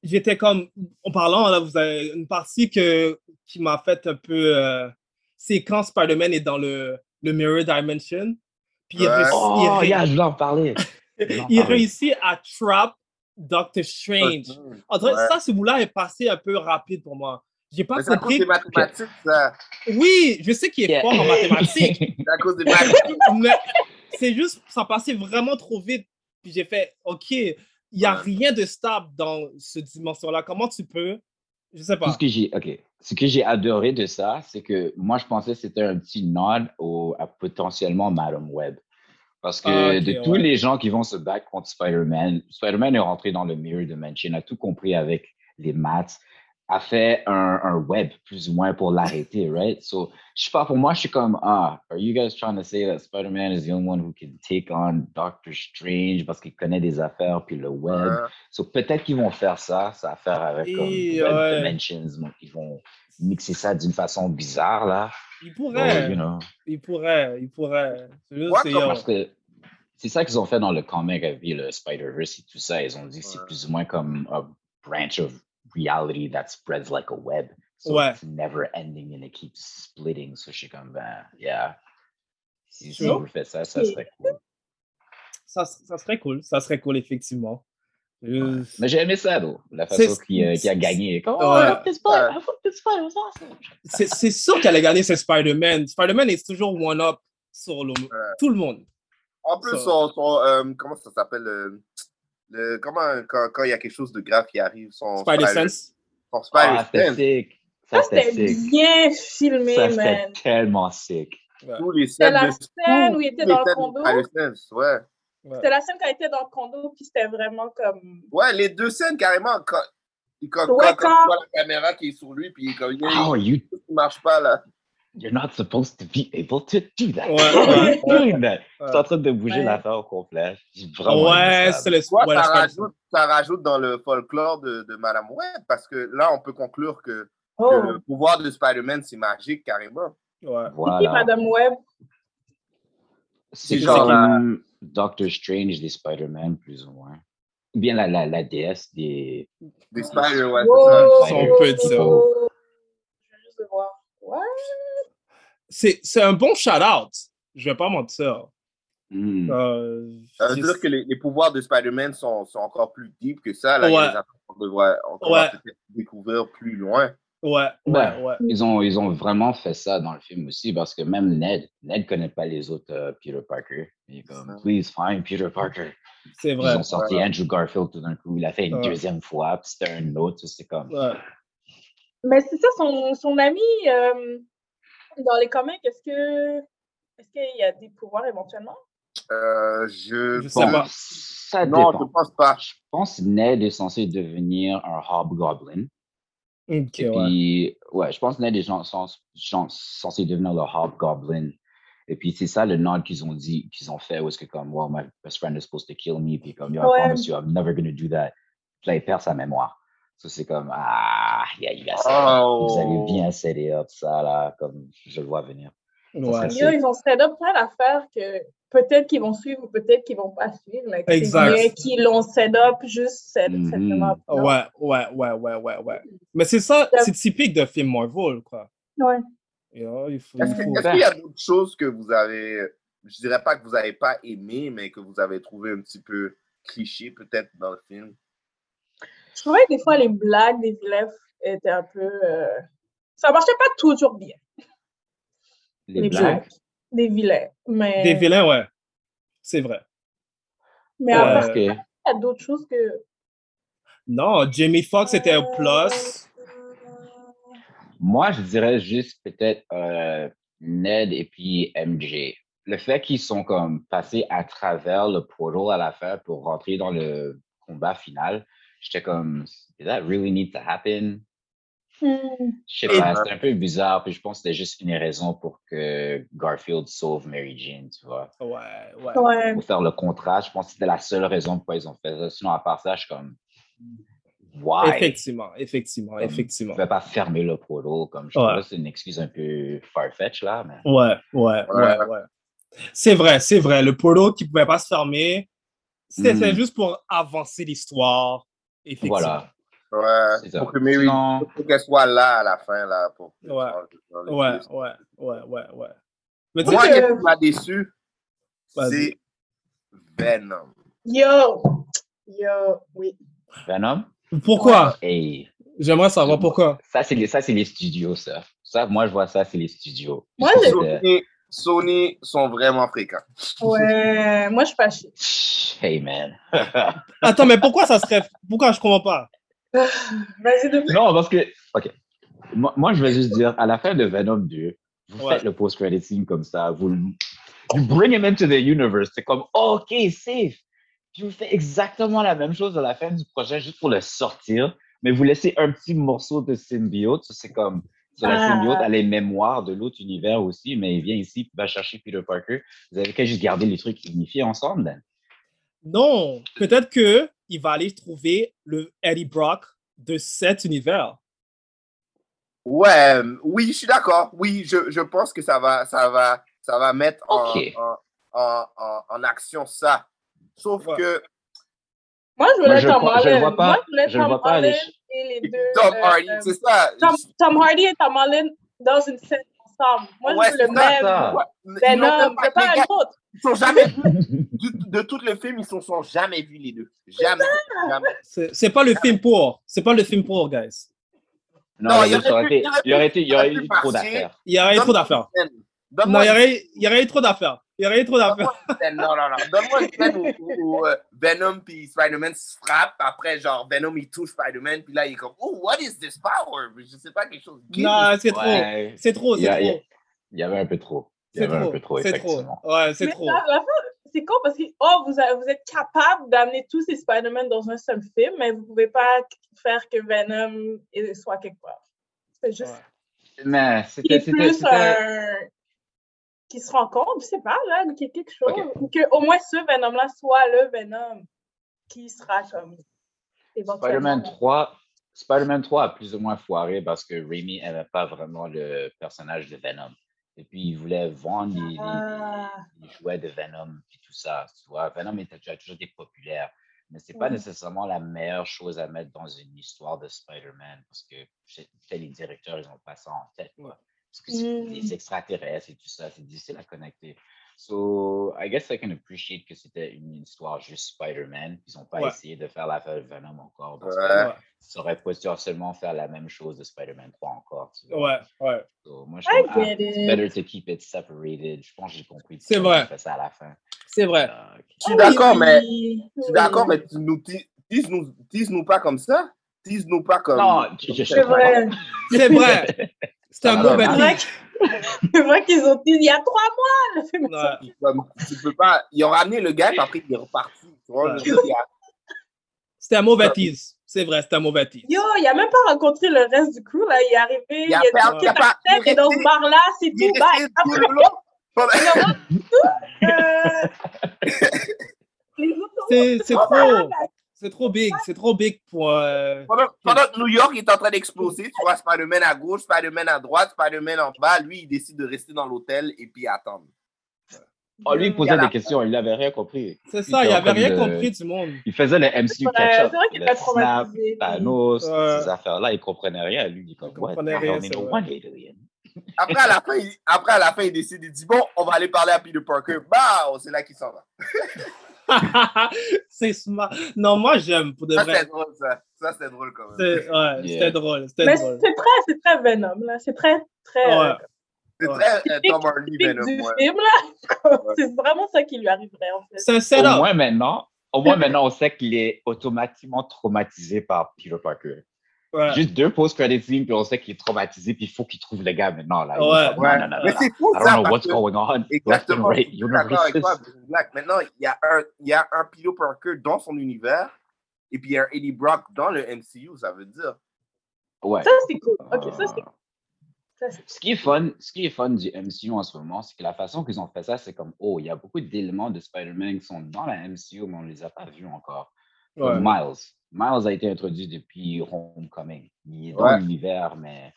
j'étais comme en parlant là, vous avez une partie que qui m'a fait un peu euh, c'est quand Spider-Man est dans le, le Mirror Dimension. Puis il,
Ouais.
réussit- il
Oh,
ré-
yeah, je voulais en parler.
il réussit à trap Doctor Strange.
Uh-huh.
En vrai,
Ouais.
ça, ce bout-là est passé un peu rapide pour moi. J'ai pas
Mais c'est à cause
compris.
des mathématiques, ça.
Oui, je sais qu'il est fort en mathématiques.
C'est à cause des mathématiques.
Mais c'est juste, ça passait vraiment trop vite. Puis j'ai fait, OK, il n'y a rien de stable dans ce dimension-là. Comment tu peux? Je sais
Tout
pas.
ce que j'ai, ok. Ce que j'ai adoré de ça, c'est que moi, je pensais que c'était un petit nod au, à potentiellement Madame Web. Parce que
Ah, ok,
de tous
ouais.
les gens qui vont se battre contre Spider-Man, Spider-Man est rentré dans le Mirror Dimension, a tout compris avec les maths, a fait un, un web plus ou moins pour l'arrêter, right? So, je sais pas, pour moi, je suis comme, ah, are you guys trying to say that Spider-Man is the only one who can take on Doctor Strange parce qu'il connaît des affaires puis le web?
Euh,
Ouais.
So, peut-être qu'ils vont faire ça, ça va faire avec comme
Et,
Web
ouais.
Dimensions, donc ils vont mixer ça d'une façon bizarre, là.
Il pourrait.
Oh, you know.
Il pourrait. Il pourrait. C'est juste, c'est-
Parce que c'est ça qu'ils ont fait dans le comic avec le Spider-Verse et tout ça. Ils ont dit que c'est plus ou moins comme a branch of reality that spreads like a web. So
Ouais.
it's never ending and it keeps splitting. So je suis comme, ben, yeah. Si
Sure.
on refait ça, ça serait cool.
ça, ça serait cool. Ça serait cool, effectivement. Euh,
Mais j'ai aimé ça, though. La
C'est-
façon qu'il euh, qu'il a gagné. Comme, oh,
Ouais.
I fucked this part, I fucked this part, it was awesome.
C'est c'est sûr qu'elle a gagné, c'est Spider-Man. Spider-Man est toujours one-up sur le- tout le monde.
En plus,
Ça.
son, son, euh, comment ça s'appelle euh, le, Comment quand quand il y a quelque chose de grave qui arrive, son
Spider-Sense.
Son Spider
Ah, c'était sick. Ça,
Ça, c'était
c'était sick.
bien filmé,
Ça,
man.
c'était tellement sick.
Tous les
C'était
scènes
la
de
scène où il était
tous les
dans
scènes
le
euh, de
condo.
Spider-Sense, ouais.
C'était la scène quand il était dans le condo, puis c'était vraiment comme.
Ouais, les deux scènes carrément. Quand, quand, quand-
Ouais,
quand
quand-
tu vois la caméra qui est sur lui, puis quand il y a
How are you
qui marche pas là.
You're not supposed to be able to do that.
Ouais,
How are
ouais,
you doing that?
ouais.
Je suis en train de bouger
Ouais.
l'affaire au complet. J'ai vraiment aimé
Ouais,
ça.
c'est le
Toi,
ouais,
ça,
la Spider-
rajoute, ça rajoute dans le folklore de, de Madame Web, parce que là, on peut conclure que, que
Oh.
le pouvoir de Spider-Man, c'est magique carrément.
Ouais.
C'est qui,
Voilà.
Madame Webb?
C'est
C'est genre la-
comme Doctor Strange des Spider-Man, plus ou moins. Ou bien la, la, la déesse des.
Oh.
Des Spider, ouais,
Wow.
c'est ça.
Spider-
on peut dire.
People.
Je vais juste le voir. Ouais.
C'est c'est un bon shout-out. Je vais pas mentir.
Mm.
Euh,
Ça veut
j'ai-
dire que les, les pouvoirs de Spider-Man sont, sont encore plus deep que ça. Là,
Ouais.
il y a des affaires qu'on devrait encore
Ouais.
peut-être découvrir plus loin.
Ouais, ouais,
Ouais.
ouais.
Ils ont, ils ont vraiment fait ça dans le film aussi parce que même Ned, Ned connaît pas les autres euh, Peter Parker. Il est comme, please find Peter Parker.
C'est
Ils
vrai.
ont sorti Andrew Garfield tout d'un coup. Il a fait une
Ouais.
deuxième fois, puis c'était un autre. C'est comme.
Ouais.
Mais c'est ça, son, son ami, euh, dans les comics, est-ce que est-ce qu'il y a des pouvoirs éventuellement?
Euh, je
Je sais
pense-
pas.
Ça
Non,
dépend.
je pense pas.
Je pense que Ned est censé devenir un hobgoblin.
Ok,
et
ouais.
puis, ouais, je pense que Ned est gen- sens- gen- censé devenir le hobgoblin. Et puis, c'est ça le nod qu'ils ont dit, qu'ils ont fait, où est-ce que comme, wow, my best friend is supposed to kill me, puis comme, yo,
Ouais.
I promise you, I'm never gonna do that. Puis là, il perd sa mémoire. So, c'est comme, ah, yeah, you guys, vous avez
Oh.
bien set up ça, là, comme je le vois venir.
ouais.
serait-
Yo, ils ont set up plein d'affaires que peut-être qu'ils vont suivre ou peut-être qu'ils vont pas suivre. Mais que c'est
Exact. Ah
bien qu'ils l'ont set up juste cette
Mm-hmm.
Mhm.
simplement.
Ouais, ouais, ouais, ouais, ouais, ouais. Mais c'est ça,
Ça-
c'est typique de film Marvel, quoi.
Ouais.
You know, il faut,
Est-ce
il
que-
faut-
est-ce qu'il y a d'autres choses que vous avez, je dirais pas que vous n'avez pas aimé, mais que vous avez trouvé un petit peu cliché peut-être dans le film?
Je trouvais que des fois les blagues des vilains étaient un peu. euh, Ça marchait pas toujours bien,
Les,
Les
blagues.
blagues. des vilains. Mais,
Des vilains, ouais. C'est vrai.
mais
Ouais.
à part
Parce que-
ça, il y a d'autres choses que.
Non, Jamie Foxx était un plus.
Moi, je dirais juste peut-être euh, Ned et puis MJ. Le fait qu'ils sont comme passés à travers le portal à la fin pour rentrer dans le combat final, j'étais comme, did that really need to happen?
Hmm,
Je sais pas, c'était un peu bizarre. Puis je pense que c'était juste une raison pour que Garfield sauve Mary Jane, tu vois.
Ouais, ouais.
Ouais.
Pour faire le contraste, je pense que c'était la seule raison pourquoi ils ont fait ça. Sinon, à part ça, je suis comme. Why?
Effectivement, effectivement, effectivement.
Je ne vais pas fermer le prolo. Comme je
Ouais.
trouve que c'est une excuse un peu farfetch là. Mais...
Ouais, ouais, ouais, ouais. C'est vrai, c'est vrai. Le polo qui pouvait pas se fermer, c'était
Mm.
fait juste pour avancer l'histoire. Effectivement.
Voilà.
Ouais,
C'est ça.
pour que Mary,
Sinon-
pour qu'elle soit là à la fin, là, pour que-
Ouais.
dans les-
Ouais, ouais, ouais, ouais, ouais. Mais tu
Moi,
sais
qu'est-ce
que-
qui m'a déçu,
Vas-y.
c'est Venom.
Yo! Yo, oui.
Venom?
Pourquoi?
Hey.
J'aimerais savoir pourquoi.
Ça, c'est les, ça, c'est les studios, ça. Ça, moi, je vois ça, c'est les studios.
Moi,
Je trouve que-
Sony, Sony sont vraiment fréquents.
Ouais, moi, je suis fâchée.
Hey, man.
Attends, mais pourquoi ça serait. Pourquoi je comprends pas?
Vas-y, de
non, parce que. OK. Moi, moi, je vais juste dire, à la fin de Venom 2, vous
Ouais.
faites le post-credit scene comme ça, vous le- you bring him into the universe. C'est comme, OK, safe. Puis vous faites exactement la même chose à la fin du projet juste pour le sortir, mais vous laissez un petit morceau de symbiote. Ça, C'est comme. Sur la
Ah.
symbiote a les mémoires de l'autre univers aussi, mais il vient ici, il va chercher Peter Parker. Vous avez qu'à juste garder les trucs unifiés ensemble. then.
Non. Peut-être que il va aller trouver le Eddie Brock de cet univers.
Ouais, euh, oui, je suis d'accord. Oui, je, je pense que ça va, ça va, ça va mettre en,
Ok.
en, en, en- en action ça. Sauf
Ouais.
que
Moi, je voulais
Moi, je
Tom
le vois- je le
Holland.
vois pas-
Moi, je voulais
je le
Tom
vois pas aller
Holland
ch-
et les deux.
Tom
euh,
Hardy,
euh,
c'est ça.
Tom, Tom Hardy et Tom Holland dans une scène ensemble. Moi,
Ouais,
je
c'est
veux le
ça,
même.
ça.
Ouais, ils l'ont même
Venom,
pas-
je veux pas
les gars,
un autre.
ils sont jamais vus. Du- de tout le film, ils ne se sont jamais vus les deux. Jamais. jamais.
C'est c'est
Ah.
pas le film pour. C'est pas le film pour, guys.
Non,
Non,
les
il
gars, ça aurait
pu-
été- il aurait été- il y aurait
pu
eu trop
partir.
d'affaires.
Il y aurait eu trop d'affaires. Non, il y aurait, il y aurait eu trop d'affaires. Il y aurait eu trop d'affaires.
Donne-moi une scène, Non, non, non. Donne-moi une scène où, où- où, euh, Venom puis Spider-Man se frappent. Après, genre, Venom, il touche Spider-Man. Puis là, il est comme, Oh, what is this power? Je sais pas, quelque chose. Give me
Non, c'est trop.
Ouais.
C'est trop,
Il y, a-
c'est
il y a-
trop.
il y avait un peu trop. Il y
C'est
avait un
trop.
peu trop,
C'est trop.
effectivement.
Ouais, c'est
Mais
trop.
la- la fin, C'est con parce que oh, vous, a- vous êtes capable d'amener tous ces Spider-Man dans un seul film, mais vous pouvez pas faire que Venom il soit quelque part. C'est juste
Ouais.
Mais
qu'il
c'était.
est
c'était-
plus euh,
c'était-
un. qui se rencontre, je sais pas, là, ou qu'il y ait quelque chose.
Ok.
Ou que au moins ce Venom-là soit le Venom qui sera comme. éventuellement-
Spider-Man 3. Spider-Man 3 a plus ou moins foiré parce que Raimi n'aimait pas vraiment le personnage de Venom. Et puis, il voulait vendre les,
Ah.
les- les jouets de Venom et tout ça. Tu vois, Venom était déjà toujours été populaire. Mais c'est pas
Ouais.
nécessairement la meilleure chose à mettre dans une histoire de Spider-Man parce que c'est- peut-être les directeurs, ils ont pas ça en tête. quoi. Parce que c'est
Mm.
des extraterrestres et tout ça. C'est difficile à connecter. So, I guess I can appreciate que c'était une histoire juste Spider-Man. Ils n'ont pas
Ouais.
essayé de faire la Venom encore. Parce
Ouais.
que ça aurait potentiellement faire la même chose de Spider-Man 3 encore. tu vois.
Ouais, ouais.
So, moi, je
I
trouve, ah,
get
it's
it.
Ben,
better to keep it separated. Je pense que j'ai compris.
C'est
pourquoi ils
vrai.
ont fait ça à la fin.
C'est vrai.
Ah, ok.
Je suis d'accord, mais
Oui,
je
oui.
suis d'accord, mais tu nous ti- tease-nous tease-nous pas comme ça. Tease-nous pas comme.
Non, je- je- je-
C'est vrai.
C'est vrai. C'était
Ça
un bon
va.
bâti.
C'est vrai que- c'est vrai qu'ils ont dit il y a trois mois le film. est sorti.
Ouais.
Comme, tu peux pas. Ils ont ramené le gars, puis après, il est reparti. Tu vois, je veux dire, il y a-
C'était un mauvais tease. C'est vrai, c'était un mauvais tease.
Yo, il a même pas rencontré le reste du crew, là. Il est arrivé, il,
il a
a
perdu.
dit
Il a
ta
pas.
tête est dans ce bar-là, c'est
il est
tout,
resté-
bye.
il est resté long pendant-
Euh, les autres
C'est c'est trop. C'est trop big. C'est trop big pour. euh,
Pendant, pendant que New York est en train d'exploser, tu vois Spider-Man à gauche, Spider-Man à droite, Spider-Man en bas, lui, il décide de rester dans l'hôtel et puis attendre.
Oh,
On lui
Il y
posait
a la-
des questions. Il n'avait rien compris.
C'est ça,
Ils
il
sont
avait
comme
rien
de-
compris du monde.
Il faisait le MCU
Ouais,
catch-up.
c'est vrai qu'il
le
était
Snap,
traumatisé.
Thanos,
Ouais.
ces affaires-là, il comprenait rien. Lui, il est comme, what?
comprenait
I
rien,
don't need
c'est
no
vrai.
one alien.
Après, à la fin, il, après, à la fin, il décide, il dit, bon, on va aller parler à Peter Parker. Bah, c'est là qu'il s'en va.
c'est smart. Non, moi, j'aime pour de
Ça,
vrai.
Ah, c'est drôle, ça. Ça, c'est drôle quand même.
C'est- Ouais, c'était drôle. C'était
Mais
drôle.
c'est très, c'est très Venom, là. C'est très, très.
Ouais.
euh,
C'est
Ouais.
très euh, Tom Hardy,
typique
Venom.
du
ouais.
film, là.
Ouais.
c'est vraiment ça qui lui arriverait, en fait.
C'est un
Au
setup.
moins maintenant, au moins maintenant, on sait qu'il est automatiquement traumatisé par Peter Parker.
Ouais.
Juste deux post-credit scenes, puis on sait qu'il est traumatisé, puis il faut qu'il trouve le gars maintenant. Là. Il
Ouais.
est comme,
Ouais.
Non, non, non,
Mais
non.
c'est fou,
I
ça.
don't know
parce
what's
que-
going on. Left and
Exactement. Je
right,
suis d'accord avec toi,
universes.
Benjamin Black. Maintenant, il y, a un- il y a un Peter Parker dans son univers et puis il y a un Eddie Brock dans le MCU, ça veut dire.
Ouais.
Ça, c'est cool. OK, ça, c'est
Ah.
cool. Ça, c'est-
Ce qui est fun, ce qui est fun du MCU en ce moment, c'est que la façon qu'ils ont fait ça, c'est comme, oh, il y a beaucoup d'éléments de Spider-Man qui sont dans la MCU, mais on ne les a pas vus encore. Comme
Ouais.
Miles. Miles a été introduit depuis Homecoming. Il est dans
Ouais.
l'univers, mais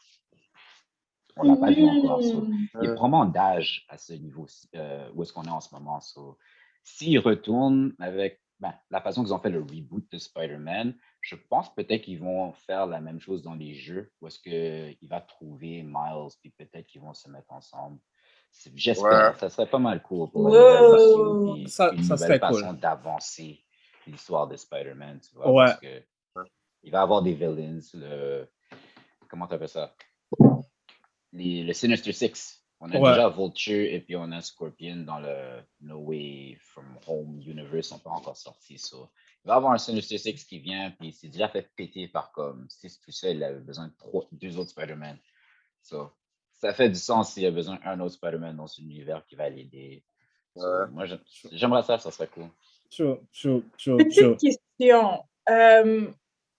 on ne l'a pas vu
Hmm.
encore. so- Il est
Euh,
vraiment d'âge à ce niveau euh, où est-ce qu'on est en ce moment. So, S'ils retournent avec ben, la façon qu'ils ont fait le reboot de Spider-Man, je pense peut-être qu'ils vont faire la même chose dans les jeux, où est-ce qu'il va trouver Miles, puis peut-être qu'ils vont se mettre ensemble. C'est- J'espère,
Ouais.
ça serait pas mal cool pour la nouvelle
Wow.
version, puis
Ça-
une
ça
nouvelle
serait cool.
façon d'avancer l'histoire de Spider-Man, tu vois,
Ouais.
parce que il va avoir des villains, le... comment t'appelles ça? Les- le Sinister Six. On a
Ouais.
déjà Vulture et puis on a Scorpion dans le No Way From Home Universe. On pas encore sorti ça. Il va y avoir un Sinister Six qui vient, puis il s'est déjà fait péter par comme six tout seul. Il avait besoin de trois, deux autres Spider-Man. So, ça fait du sens s'il y a besoin d'un autre Spider-Man dans cet univers qui va l'aider. So, Moi, j'aime- j'aimerais ça, ça serait cool.
Sure, sure, sure, sure.
Petite question. Euh,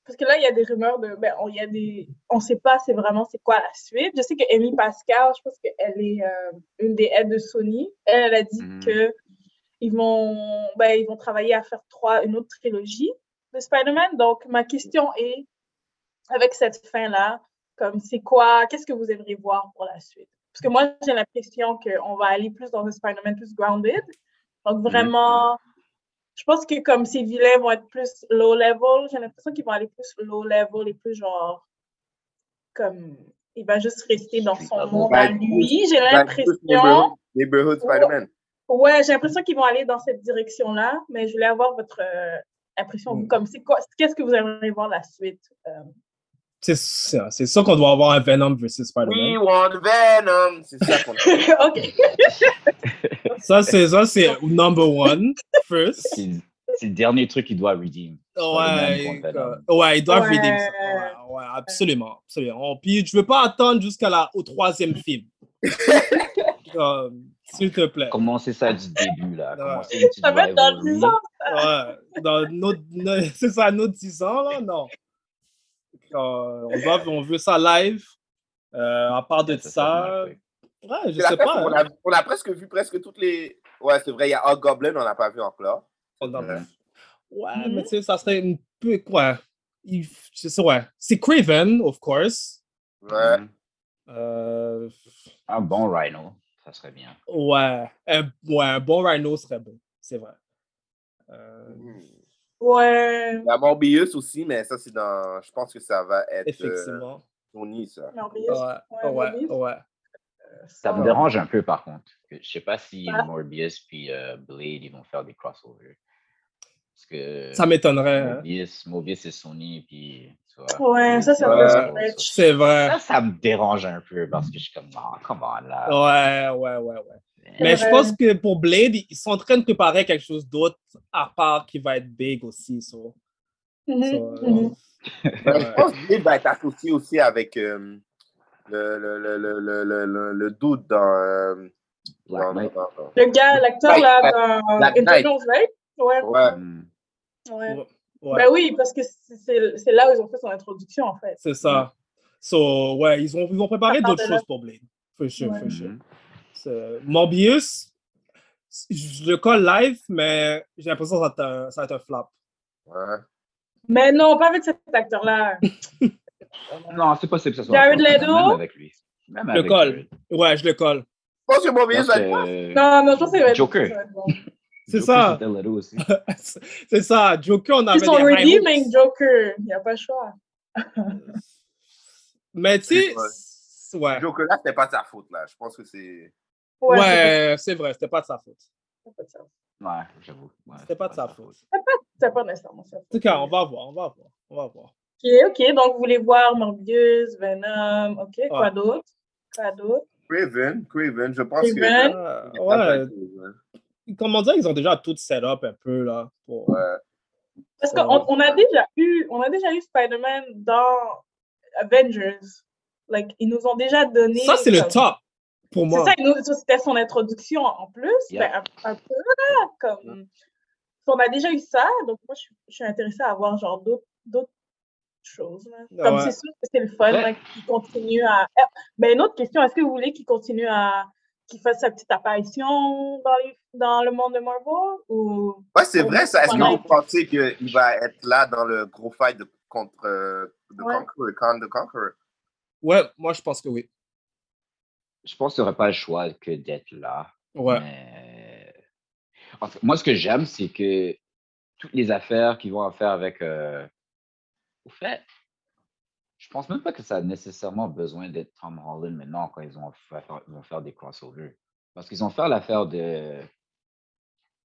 parce que là, il y a des rumeurs de. Ben, on, il y a des, on sait pas c'est vraiment c'est quoi la suite. Je sais que Amy Pascal, je pense qu'elle est euh, une des aides de Sony. Elle, elle a dit
Mhm.
que ils vont, ben, ils vont travailler à faire trois, une autre trilogie de Spider-Man. Donc, ma question est avec cette fin-là, comme c'est quoi, qu'est-ce que vous aimeriez voir pour la suite? Parce que moi, j'ai l'impression qu'on va aller plus dans un Spider-Man plus grounded. Donc, vraiment, je pense que comme ces vilains vont être plus low level, j'ai l'impression qu'ils vont aller plus low level et plus genre, comme, il va juste rester dans son monde à lui. J'ai l'impression.
Neighborhood, neighborhood Spider-Man.
Ouais, j'ai l'impression qu'ils vont aller dans cette direction-là, mais je voulais avoir votre euh, impression. vous, Comme, c'est quoi, qu'est-ce que vous aimeriez voir la suite? euh,
C'est ça, c'est ça qu'on doit avoir un Venom versus
We
Spider-Man.
want Venom. C'est ça qu'on
OK.
Ça, c'est ça, c'est number one, first.
C'est c'est le dernier truc qu'il doit redeem. Spider-Man
Ouais,
contre Venom.
euh, ouais, ils doivent
Ouais.
redeem ça. Ouais, ouais, absolument. absolument. Oh, Puis je veux pas attendre jusqu'à la, au troisième film. Comme, S'il te plaît.
Commencez ça du début, là. Commencez une petite
Ça va être dans
rivalry.
10 ans. Ouais, dans nos- nos- c'est ça, nos 10 ans, là? Non. Euh, on, doit- on veut ça live. Euh, à part de ça, ouais, je
C'est la
sais
fête,
pas. hein.
On a, on a presque vu presque toutes les. Ouais, c'est vrai, il y a Hobgoblin, on n'a pas vu encore.
Ouais. Ouais, mais tu sais, ça serait un peu quoi. Il f- C'est ça, ouais. C'est Craven, of course.
Mm.
Ouais.
Un Ah bon Rhino, ça serait bien.
Euh, Ouais. Un, ouais, un bon Rhino serait bon. C'est vrai. Euh,
Ouais.
Il y a Morbius aussi, mais ça, c'est dans. Je pense que ça va être.
Effectivement.
euh, Sony, ça.
Morbius.
Ouais, ouais, ouais.
Ça me
Oh.
Ouais.
dérange un peu, par contre. que Je sais pas si
Ah.
Morbius puis euh, Blade, ils vont faire des crossovers. Parce que
Ça m'étonnerait, hein.
Morbius, Morbius et Sony, puis... tu vois,
euh, Ouais, ça, ça
Ouais.
va être stretch.
C'est vrai.
Ça, ça me dérange un peu, parce que je suis comme, oh, come on, là.
Ah!
Ouais, ouais, ouais, ouais. Mais je
Ouais.
pense que pour Blade, ils sont en train de préparer quelque chose d'autre à part qui va être big aussi. so.
Mhm, Mm-hmm.
So, euh,
Ben, je pense que Blade va être associé aussi avec euh, le, le, le, le, le, le, le, le dude dans. euh, dans- dans- dans- dans-
Le gars, l'acteur,
Black
là,
Knight.
dans
Black Knight.
Eternals, right? Ouais.
Ouais.
hmm,
Ouais.
ouais.
Ben oui, parce que c'est- c'est c'est là où ils ont fait son introduction, en fait.
C'est ça. So, ouais, ils ont, ils ont préparé
Ça part
d'autres
de là.
choses pour Blade. For sure,
Ouais.
for sure.
hmm.
So, Morbius, je le colle live, mais j'ai l'impression que ça va être un, ça va être un flop.
Ouais.
Mais non, pas avec cet acteur-là.
Non, c'est possible que ce soit...
Jared
un crossover,
Leto?
Même avec lui. Même
Je le
avec
colle. Ouais, je le colle.
Je pense que Morbius
Parce
va être.
que-
Non, non, je pense que ça va être-
Joker.
ça va être bon.
C'est
Joker,
ça.
c'était Leto aussi.
C'est ça. Joker, on avait
Ils sont
des high hopes.
redeeming Joker. Il n'y a pas le choix.
Mais tu sais, ouais.
Joker, là, c'était pas de sa faute, là. Je pense que c'est.
ouais,
Ouais,
c'est vrai, c'était pas de sa faute.
C'est pas de ça.
Ouais, j'avoue.
C'était pas de sa faute.
C'est pas- C'est pas nécessairement ça.
En tout cas, on va voir, on va voir, on va voir.
OK, OK. Donc, vous voulez voir Morbius, Venom. OK, quoi
Ouais.
d'autre? Quoi d'autre?
Craven, Craven, je pense
Craven.
que.
Ouais.
Ouais.
Comment dire, ils ont déjà tout set up un peu là. Pour...
Parce qu'on on a déjà eu, on a déjà eu Spider-Man dans Avengers. Like, ils nous ont déjà donné.
Ça, c'est le
comme-
top pour moi.
C'est ça, ils nous- ça, c'était son introduction en plus.
Yeah.
Ben, un, un peu là, comme. On a déjà eu ça, donc moi, je, suis- je suis intéressée à voir genre d'autres d'autres chose. là.
Ah
Comme
ouais.
c'est sûr que c'est le fun
Ouais.
là, qu'il continue à. Eh, Ben, une autre question, est-ce que vous voulez qu'il continue à. qu'il fasse sa petite apparition dans, les- dans le monde de Marvel ou.
Ouais, c'est
ou-
vrai, ça. Est-ce que
Ouais.
vous pensez qu'il va être là dans le gros fight de, contre euh, The
Ouais.
Conqueror, Khan the Conqueror?
Ouais, moi, je pense que oui.
Je pense qu'il n'y aurait pas le choix que d'être là.
Ouais.
Mais- euh, En tout cas, moi, ce que j'aime, c'est que toutes les affaires qu'ils vont en faire avec. euh, Au fait, je pense même pas que ça a nécessairement besoin d'être Tom Holland maintenant quand ils vont faire, ils vont faire des crossovers. Parce qu'ils ont fait l'affaire de.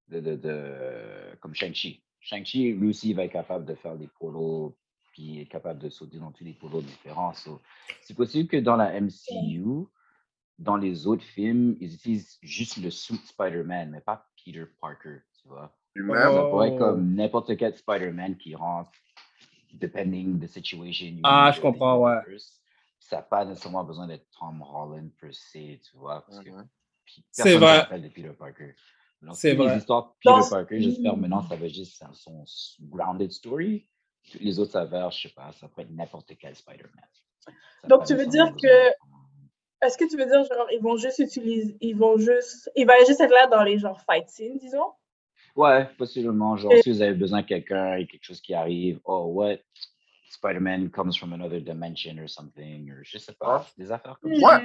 de, de, de- comme Shang-Chi. Shang-Chi, lui aussi, il va être capable de faire des polos, puis il est capable de sauter dans tous les polos différents. So, c'est possible que dans la MCU, dans les autres films, ils utilisent juste le suit Spider-Man, mais pas Peter Parker, tu vois.
Lui-même.
Ça pourrait être
Oh.
comme n'importe quel Spider-Man qui rentre, depending the situation. you
Ah,
need
je
the
comprends, ouais.
universe. Ça n'a pas nécessairement besoin d'être Tom Holland per se, tu vois, parce que puis
Mhm. C'est
personne
vrai.
ne s'appelle de Peter Parker. Donc,
C'est
toutes
vrai.
Les histoires Peter
Dans-
Parker, j'espère maintenant, ça va être juste son- son grounded story. Toutes Les autres s'avèrent, je sais pas, ça peut être n'importe quel Spider-Man. Ça
Donc,
pas
tu veux
nécessairement
dire que. Est-ce que tu veux dire, genre, ils vont juste utiliser. Ils vont juste. Il va juste être là dans les, genre, fight scenes, disons?
Ouais, possiblement. Genre,
Et-
si vous avez besoin de quelqu'un et quelque chose qui arrive, oh, what? Spider-Man comes from another dimension or something, or je sais pas,
Ah.
des affaires comme ça.
Moi,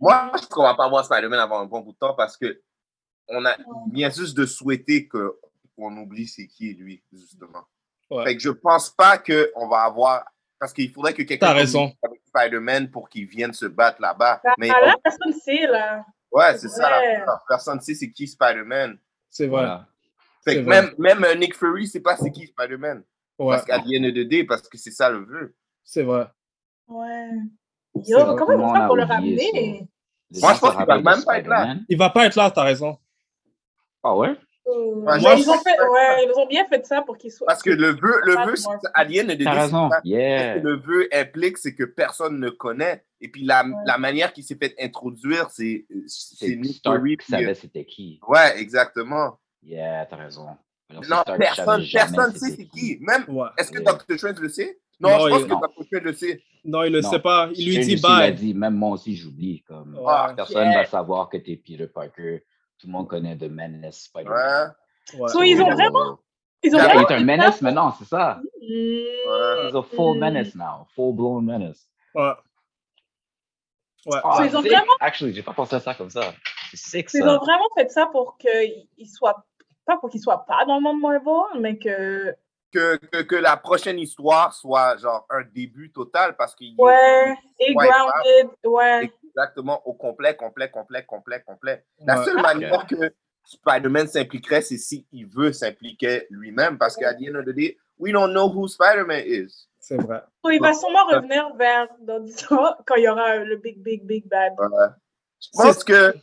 moi, je trouve qu'on va pas voir Spider-Man avant un bon bout de temps parce que on a bien juste de souhaiter que- qu'on oublie c'est qui lui, justement. Fait que je pense pas qu'on va avoir. Parce qu'il faudrait que quelqu'un
T'as raison.
communique avec Spider-Man pour qu'il vienne se battre là-bas.
Là,
Mais
là, Ben, personne ne sait, là.
ouais, c'est ça
Ouais.
la peur. Personne ne sait c'est qui Spider-Man.
C'est vrai.
Fait
C'est
que
vrai.
même, même euh, Nick Fury, c'est pas c'est qui Spider-Man.
Ouais.
Parce qu'Alien 2D, parce que c'est ça le vœu.
C'est vrai.
Ouais.
C'est
Yo,
vrai.
comment ils vont
Comment on
faire
a
pour le
oublié ça?
ramener?
Moi, je pense qu'il va même pas être là.
Il va pas être là, t'as raison.
Ah ouais?
Euh,
Ouais,
mais
moi,
ils,
je-
ont fait, ouais, ils ont bien fait ça pour qu'ils soient.
Parce que le vœu, le
Pas
vœu,
de
c'est
Marvel.
Alien 2D.
T'as
c'est
raison.
ça.
Yeah.
Ce que le vœu implique, c'est que personne ne connaît. Et puis la, la manière qu'il s'est fait introduire, c'est c'est Nick
Stark
Fury. puis,
savait
euh,
c'était qui.
Ouais, exactement.
Yeah, t'as raison. Alors, si
Non,
Stark
personne,
savait jamais
personne ne sait
c'était
c'est qui. Même, est-ce que
Yeah.
Dr. Strange le sait? Non,
Non,
je pense
il-
que
non.
Dr. Strange le sait.
Non, il le
Non.
sait pas. Il lui
Strange
dit
aussi l'a
bye.
dit, même moi aussi, j'oublie. Comme,
Ah,
personne
yeah.
va savoir que t'es Peter Parker. Tout le monde connaît The Menace Spider-Man.
Ouais.
So, ils ont vraiment- ils ont
Ça
vraiment
est un
fait
menace
ça.
maintenant, c'est ça.
Ouais.
He's a full
Mm.
menace now. Full blown menace.
Ouais. Ouais.
Ah,
So, ils ont
sick.
vraiment-
Actually, j'ai pas pensé à ça comme ça. C'est euh, sick,
Ils
ça.
ont vraiment fait ça pour qu'ils soient. Pas pour qu'ils soient pas dans le monde Marvel, mais que.
que, que, que la prochaine histoire soit genre un début total parce qu'il
Ouais. Et
Ouais,
grounded. Ouais.
est exactement au complet, complet, complet, complet, complet. La
Ouais.
seule
Ah.
manière que Spider-Man s'impliquerait, c'est s'il veut s'impliquer lui-même parce qu'à the end of the day, we don't know who Spider-Man is.
C'est vrai.
So, il va sûrement revenir vers dans 10 ans quand il y aura le big, big, big bad.
Ouais. Je pense que.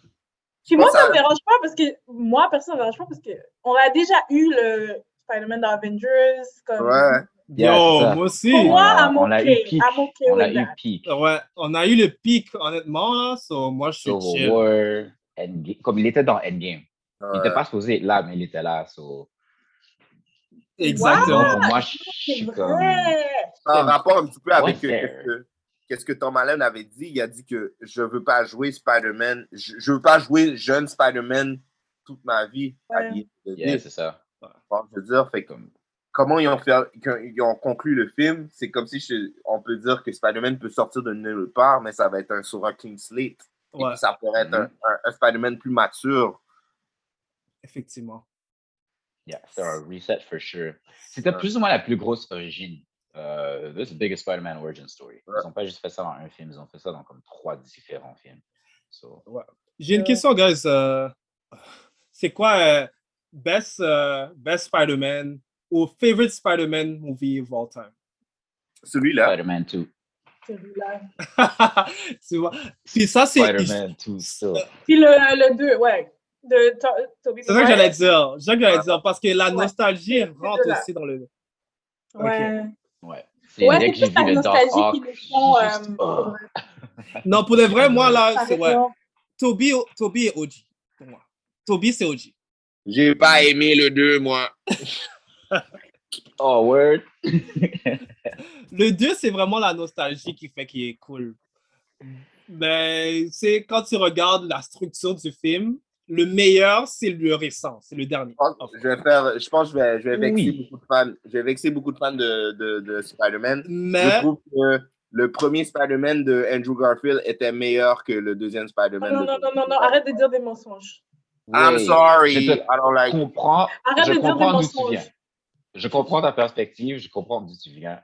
Puis moi,
Bon, ça-
ça me dérange pas parce que moi, personne ne me dérange pas parce que on a déjà eu le Spider-Man dans Avengers. Comme...
Ouais.
Yeah,
Yo,
c'est ça.
moi aussi.
Oh,
Pour moi, I'm
on l'a eu
okay.
peak.
I'm okay
On a
with
eu
that.
peak.
Ah,
Ouais, on a eu le pic, honnêtement, là. So, moi, je suis
Civil
chill.
War, Endgame. Comme il était dans Endgame. Il n'était
Ouais.
pas supposé être là, mais il était là. So...
Exactement.
Ah,
Donc, pour moi, je je suis comme.
En rapport un petit peu avec
What
euh,
there?
qu'est-ce que- qu'est-ce que Tom Allen avait dit, il a dit que je veux pas jouer Spider-Man, je, je veux pas jouer jeune Spider-Man toute ma vie. à the end of the day.
Yeah, c'est ça.
Bon, je veux dire, fait comme, comment ils ont, fait, qu'ils ont conclu le film, c'est comme si je- on peut dire que Spider-Man peut sortir de nulle part, mais ça va être un sur un clean slate. Et
Ouais.
puis ça pourrait être
Mm-hmm.
un, un- un Spider-Man plus mature.
Effectivement.
Yeah, c'est un reset for sure. C'était
Ouais.
plus ou moins la plus grosse origine. Euh, this is the biggest Spider-Man origin story. Ils n'ont pas juste fait ça dans un film, ils ont fait ça dans comme trois différents films. So,
Ouais. J'ai une question, guys. Euh, c'est quoi euh, best, euh, best Spider-Man ou favorite Spider-Man movie of all time?
Celui-là.
Spider-Man 2.
Celui-là.
Tu vois? Puis ça, c'est.
Spider-Man 2, still.
Puis le 2, ouais. De To- Tobey
C'est ça que
Maguire.
j'allais dire. C'est ça que j'allais dire. Parce que la
Ouais.
nostalgie rentre
Celui-là.
aussi dans le. Ok.
Ouais.
Ouais. C'est
Ouais,
dès
c'est
que j'ai
plus la
vu le Dark
nostalgie qui
Hawk.
nous font.
j'ai juste,
euh,
oh.
Non, pour de vrai, moi, là, c'est. Ouais.
Arrêtons.
Toby, Toby est OG pour moi. Toby, c'est OG.
J'ai pas aimé le 2, moi.
Oh, word.
Le 2, c'est vraiment la nostalgie qui fait qu'il est cool. Mais c'est quand tu regardes la structure du film, le meilleur, c'est le récent, c'est le dernier.
Ah,
Je vais faire, je pense que je vais, je vais vexer
Oui.
beaucoup de fans. Je vais vexer beaucoup de fans de, de, de Spider-Man.
Mais-
Je trouve que le premier Spider-Man de Andrew Garfield était meilleur que le deuxième Spider-Man.
Ah, Non,
de-
non, non, non, non, arrête de dire des mensonges.
I'm
Oui.
sorry.
Je te
I don't like.
comprends,
Arrête
je
de dire des
comprends d'où tu
mensonges.
viens. Je comprends ta perspective, je comprends d'où tu viens.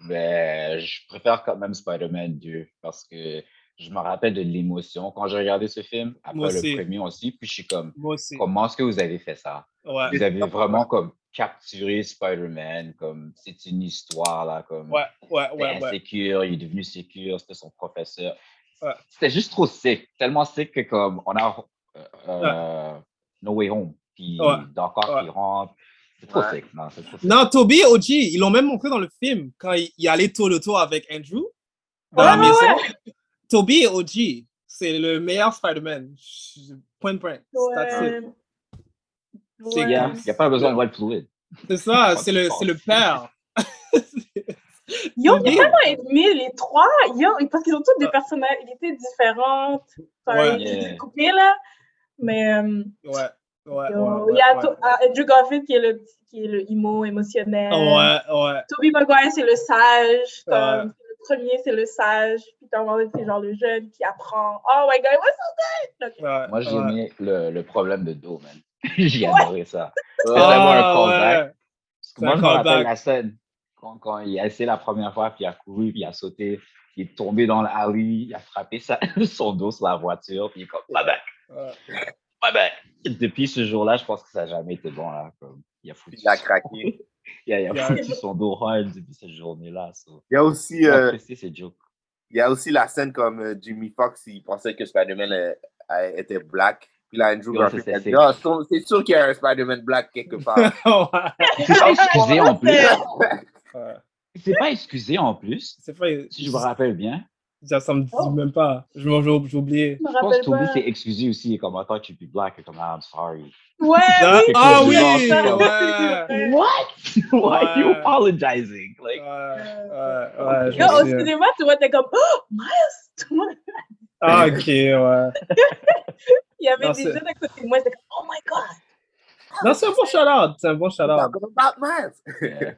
Mais je préfère quand même Spider-Man 2 parce que je me rappelle de l'émotion quand j'ai regardé ce film, après
Moi
le
aussi.
premier aussi, puis je suis comme,
Moi aussi.
comment est-ce que vous avez fait ça?
Ouais.
Vous avez vraiment comme capturé Spider-Man, comme c'est une histoire là, comme
Ouais, ouais,
c'était
ouais, ouais.
insécure, il est devenu sécure, c'était son professeur.
Ouais.
C'était juste trop sick, tellement sick que comme on a euh, euh, No Way Home, puis
Ouais.
d'encore
Ouais.
qui rentre. C'est trop
Ouais.
sick, non, c'est trop sick.
Non, Toby et OG, ils l'ont même montré dans le film quand il, il allait tour le tour avec Andrew dans la
Ah Ouais,
maison.
ouais,
Toby et OG, c'est le meilleur Spider-Man. Je- Point blank. That's it.
Ouais.
Il n'y a,
Ouais.
il y a pas besoin de white fluid.
C'est ça, c'est le, c'est le père.
Yo,
C'est
il y
bien.
a tellement aimé les trois, yo, parce qu'ils ont toutes des personnalités différentes. Sorry,
Ouais.
je t'ai coupé là. Mais euh,
Ouais, ouais, ouais.
yo,
ouais,
il y a
ouais.
to- ah, Andrew Garfield qui est le, qui est le emo émotionnel.
Ouais, ouais.
Tobey Maguire, c'est le sage. Comme,
Ouais.
Le premier, c'est le sage. Puis Tom Holland, c'est genre le jeune qui apprend. Oh my god, what's so good? Donc,
ouais,
Moi, j'ai
ouais.
aimé le, le problème de dos, man. j'ai
Ouais.
adoré ça. C'est vraiment un callback.
Ah, ouais.
Parce que
C'est
moi,
un
je me rappelle
callback.
la scène quand, quand il a essayé la première fois, puis il a couru, puis il a sauté, il est tombé dans l'alley, il a frappé sa- son dos sur la voiture, puis il est comme, my back,
Ouais.
my back. Et Depuis ce jour-là, je pense que ça n'a jamais été bon. Là, comme, il a foutu,
Il a craqué.
il a, il a
Yeah.
foutu son dos hard depuis cette journée-là. so.
Il y a aussi,
J'ai
euh,
apprécié ces jokes.
il y a aussi la scène comme euh, Jimmy Fox, il pensait que Spider-Man euh, euh, était black. Puis là, Andrew
Yo,
Garfield
c'est-
a
c'est-
dit Ah, c'est sûr- c'est sûr qu'il y a un Spider-Man black quelque part.
Ouais.
C'est pas excusé en plus.
Ouais.
C'est pas excusé en plus,
C'est pas.
si je me rappelle bien.
Ça, ça me
Oh.
dit même pas. Je m'en- J'ai j'ai oublié.
je me
Je pense
rappelle
que Toby
pas.
s'est excusé aussi, comme I thought you'd be black, et comme I'm sorry.
Ouais,
Ah,
oui,
ah
c'est
oui!
genre
Ouais!
ça.
Ouais,
What? Why are you
Ouais.
apologizing? Like,
ouais, ouais,
Yo, au
je me souviens.
cinéma, tu vois, t'es comme, oh, Miles! Tout le monde-
Ah, ok, ouais.
Il y avait
Non,
des
c'est-
jeunes à côté de moi, j'étais comme, oh my god!
Non, c'est un bon shout-out. C'est un bon shout-out.
Talk about math.
yeah.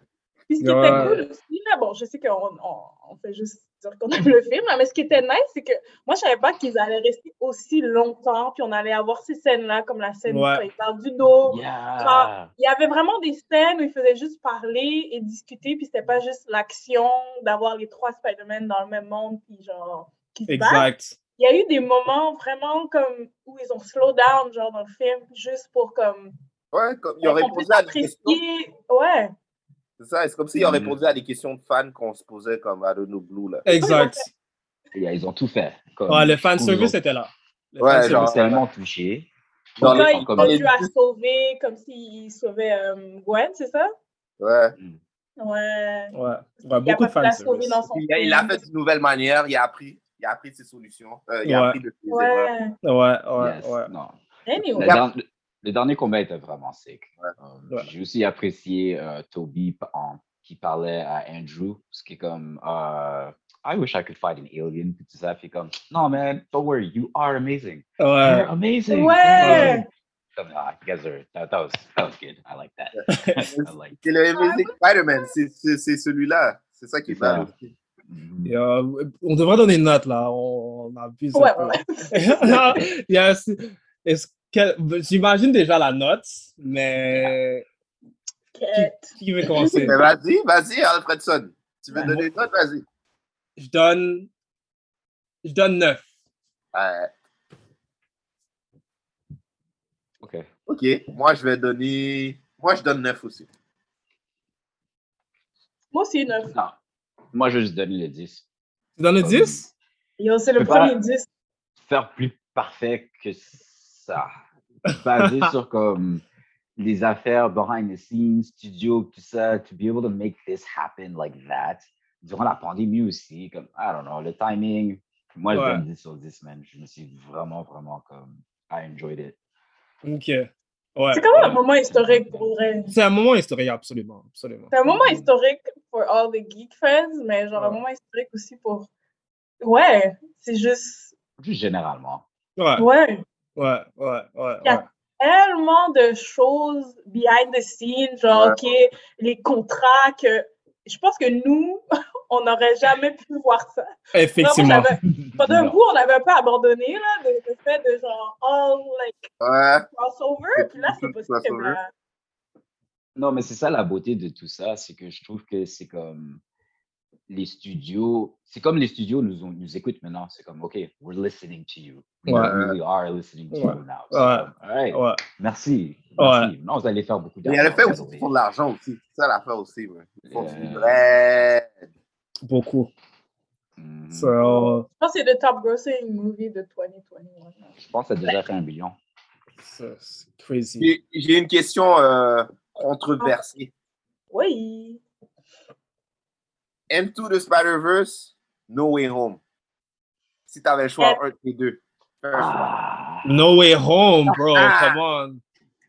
Puis ce qui
Ouais.
était cool aussi, là, bon, je sais qu'on on, on fait juste dire qu'on aime le film, là, mais ce qui était nice, c'est que moi, je savais pas qu'ils allaient rester aussi longtemps, puis on allait avoir ces scènes-là, comme la scène
Ouais.
quand ils parlent du dos.
Yeah.
Il y avait vraiment des scènes où ils faisaient juste parler et discuter, puis c'était pas juste l'action d'avoir les trois Spider-Man dans le même monde, puis genre, qui se battent.
Exact.
il y a eu des moments vraiment comme où ils ont slow down genre dans le film juste pour comme
Ouais, comme, il
qu'on
a répondu
puisse
à des questions.
apprécier ouais
C'est ça, c'est comme s'il a
Mhm.
répondu à des questions de fans qu'on se posait comme à Renaud Blue. Là.
Exact.
Yeah, Ils ont tout fait. Comme,
Ouais, le
ils ont-
fanservice était là. Le
Ouais,
Ils
fanservice.
sont
genre,
tellement touchés.
Dans
Quand
les-
ils
comme-
ont
les-
dû la sauver comme s'il sauvait euh, Gwen c'est ça
Ouais.
ouais
Ouais, ouais
il
beaucoup
a pas
de
pu la
fanservice.
sauver dans son
Puis, Il a- il l'a fait d'une nouvelle manière, il a appris, il a appris de ses solutions, euh, il a
Ouais.
appris de ses erreurs.
ouais
Ouais, ouais,
Yes,
ouais.
non. Le,
Ouais.
anyway
der- le dernier combat était vraiment sick. Um,
Ouais.
J'ai aussi apprécié euh, Toby p- en- qui parlait à Andrew, ce qui est comme euh, I wish I could fight an alien, puis tout ça, puis comme Non, man, don't worry, you are amazing.
Ouais.
You're amazing.
Ouais.
You're amazing. Comme, ah, you guys are, that, that was, that was good. I like that. I like
C'est le Amazing Spider-Man, c'est- c'est c'est celui-là, c'est ça qui est
C'est ça.
mal.
Mhm.
Et, euh, on devrait donner une note là, on, on abuse. un
Ouais,
peu.
ouais, ouais.
Non, il y a- c'est- est-ce que- J'imagine déjà la note, mais
Quête.
qui veut commencer
Mais vas-y, vas-y, Alfredson, tu veux
Ouais.
donner une note, vas-y.
Je donne. Je donne 9.
Euh,
Ok.
ok, moi je vais donner, moi je donne 9 aussi.
moi aussi 9
Non. Moi, je vais juste donner le 10.
Tu donnes le 10
yo c'est le
Je peux pas-
premier 10
Faire plus parfait que ça. Basé sur comme les affaires behind the scenes, studio, tout ça, to be able to make this happen like that. Durant la pandémie aussi, comme, I don't know, le timing. Moi, je
Ouais.
donne 10 sur 10, man. Je me suis vraiment, vraiment comme, I enjoyed it.
Ok. Ouais, Ouais.
C'est quand même un moment historique pour vrai.
C'est un moment historique, absolument. absolument.
C'est un moment historique pour all the geek fans, mais genre un moment historique aussi pour. Ouais, c'est juste.
Plus généralement.
Ouais.
Ouais.
Ouais, ouais, ouais.
Il y a tellement de choses behind the scenes, genre,
Ouais.
OK, les contrats que. Je pense que nous, on n'aurait jamais pu voir ça.
Effectivement.
Vraiment, j'avais- Pendant un
Non.
bout, on avait un peu abandonné, là, le le fait de genre, all like,
Ouais.
crossover, puis là, c'est possible. là.
Non, mais c'est ça la beauté de tout ça, c'est que je trouve que c'est comme les studios, c'est comme les studios nous, ont- nous écoutent maintenant, c'est comme, OK, we're listening to you. We
Ouais.
really are listening to
Ouais.
you now. C'est
Ouais.
comme, All right.
Ouais.
Merci. Merci. Non, vous allez faire beaucoup
Mais il y a le
d'argent.
fait aussi qu'ils font de l'argent aussi. C'est ça l'affaire aussi. Ouais. Ils font
Yeah.
du vrai.
Beaucoup.
Hmm. mm,
So,
Je pense que c'est le top grossing movie de 2021.
Je pense que ça a déjà fait un billion.
c'est c'est crazy.
J'ai j'ai une question euh, controversée.
Oui.
Into the Spider-Verse, No Way Home. Si t'avais le choix, entre un des deux. Fais un choix.
No way home, bro.
Ah.
Come on.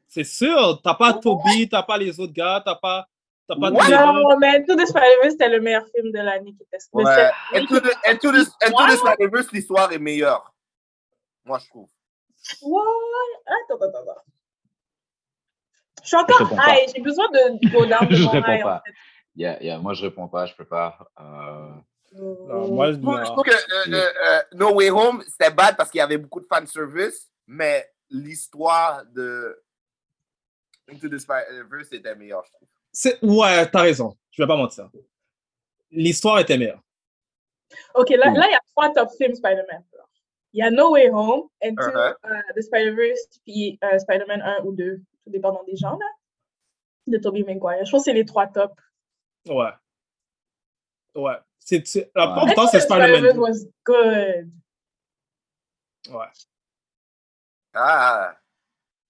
C'est sûr. T'as pas Toby, t'as pas les autres gars, t'as pas. T'as pas
Non, mais Into the Spider-Verse, c'était le meilleur film de l'année qui était de
Ouais.
cette-
Into the, Into the, Into the Spider-Verse, l'histoire est meilleure. Moi, je trouve.
What? Attends, attends, attends, attends. Je suis encore
réponds pas.
high. J'ai besoin de go down de
Je
mon
réponds
high.
pas. Yeah, yeah, Moi, je réponds pas, je peux pas. Euh,
moi,
je trouve que euh, euh, euh, No Way Home, c'était bad parce qu'il y avait beaucoup de fanservice, mais l'histoire de Into the Spider-Verse était meilleure, je trouve.
C'est- Ouais, t'as raison. Je vais pas mentir. L'histoire était meilleure.
OK, là,
Hmm.
là, il y a trois top films Spider-Man. alors. Il y a No Way Home, Into
Uh-huh.
euh, the Spider-Verse, puis euh, Spider-Man 1 ou 2, tout dépendant des gens, là, de Tobey Maguire. Je pense que c'est les trois tops.
Ouais. Ouais. C'est, c'est- la plupart du
Into
temps, c'est
the
Spider-Man.
Spider-Verse was good.
Ouais.
Ah!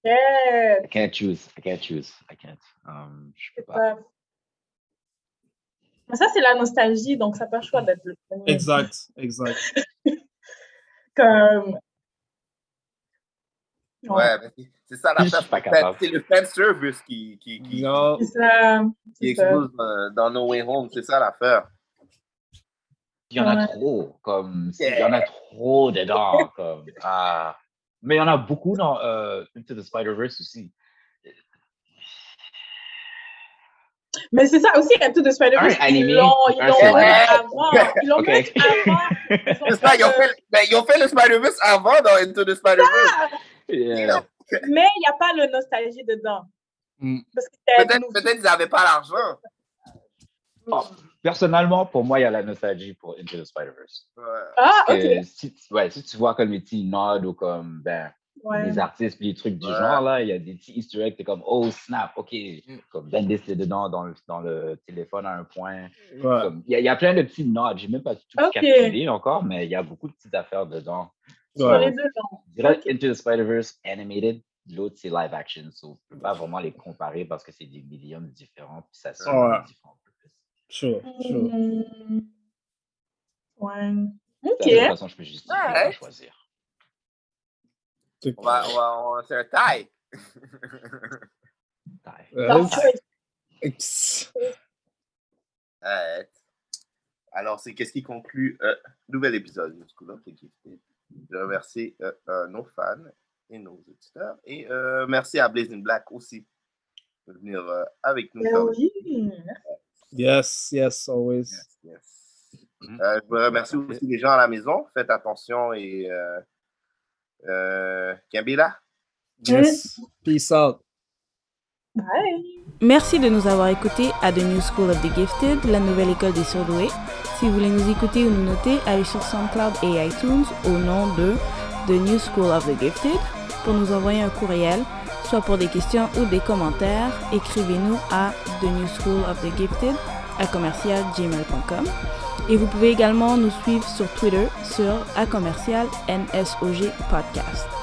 Yeah.
I can't choose. I can't choose. I can't. Um, je peux
C'est
pas.
pas- Mais ça, c'est la nostalgie, donc ça n'a pas le choix d'être le premier.
Exact. Exact.
Comme...
Ouais, mais c'est ça la
suis pas
fin.
capable.
C'est le fanservice qui, qui, qui,
C'est ça.
qui
c'est ça.
explose euh, dans No Way Home, c'est ça l'affaire.
Il y en a
Ouais.
trop, comme il y en a trop dedans, comme ah. Mais il y en a beaucoup dans euh, Into the Spider Verse aussi.
Mais c'est ça aussi, Into the Spider-Verse.
Un
Ils
animé,
l'ont ils
un
l'ont
série.
mis avant. Ils l'ont
Ok.
mis avant.
C'est ça, ils ont fait, ben, ils ont fait le Spider-Verse avant dans Into the Spider-Verse. euh,
Yeah.
Mais il n'y a pas le nostalgie dedans.
Mm.
Parce que c'était
Peut-être peut-être qu'ils n'avaient pas l'argent.
Personnellement, pour moi, il y a la nostalgie pour Into the Spider Verse.
Ah,
Parce que
ok.
si, tu- ouais, si tu vois comme les petits nods ou comme ben,
Ouais.
les artistes puis les trucs du
Ouais.
genre là, il y a des petits Easter eggs, t'es comme oh snap, ok,
Mm.
comme Bendis était dedans dans le, dans le téléphone à un point.
Ouais.
Comme, Il y, a- il y a plein de petits nods, j'ai même pas tout
Ok.
calculé encore, mais il y a beaucoup de petites affaires dedans.
Sur les deux langues.
Je dirais Into the Spider-Verse animated, l'autre c'est live action. So, je peux pas vraiment les comparer parce que c'est des médiums différents. Puis ça se
Ouais.
différent.
Sure. Sure.
Mm. Ouais.
Ça, De toute
Ok.
façon, je peux juste
Ouais.
choisir.
C'est
Ouais, ouais, ouais, c'est un taille.
Euh,
Ouais. Euh, Alors, c'est qu'est-ce qui conclut euh, nouvel épisode de School of the Gifted. Je remercie euh, euh, nos fans et nos auditeurs. Et euh, merci à Blazing Black aussi de venir euh, avec nous.
Ben
dans-
oui.
Yes, yes, always.
Yes. Euh, je vous remercie aussi les gens à la maison. Faites attention et euh, euh, Kambila.
Yes. Peace out.
Merci de nous avoir écoutés à The New School of the Gifted, la nouvelle école des surdoués. Si vous voulez nous écouter ou nous noter, allez sur SoundCloud et iTunes au nom de The New School of the Gifted pour nous envoyer un courriel, soit pour des questions ou des commentaires. Écrivez-nous à The New School of the Gifted à commercialgmail.com. Et vous pouvez également nous suivre sur Twitter sur à commercial NSOG Podcast.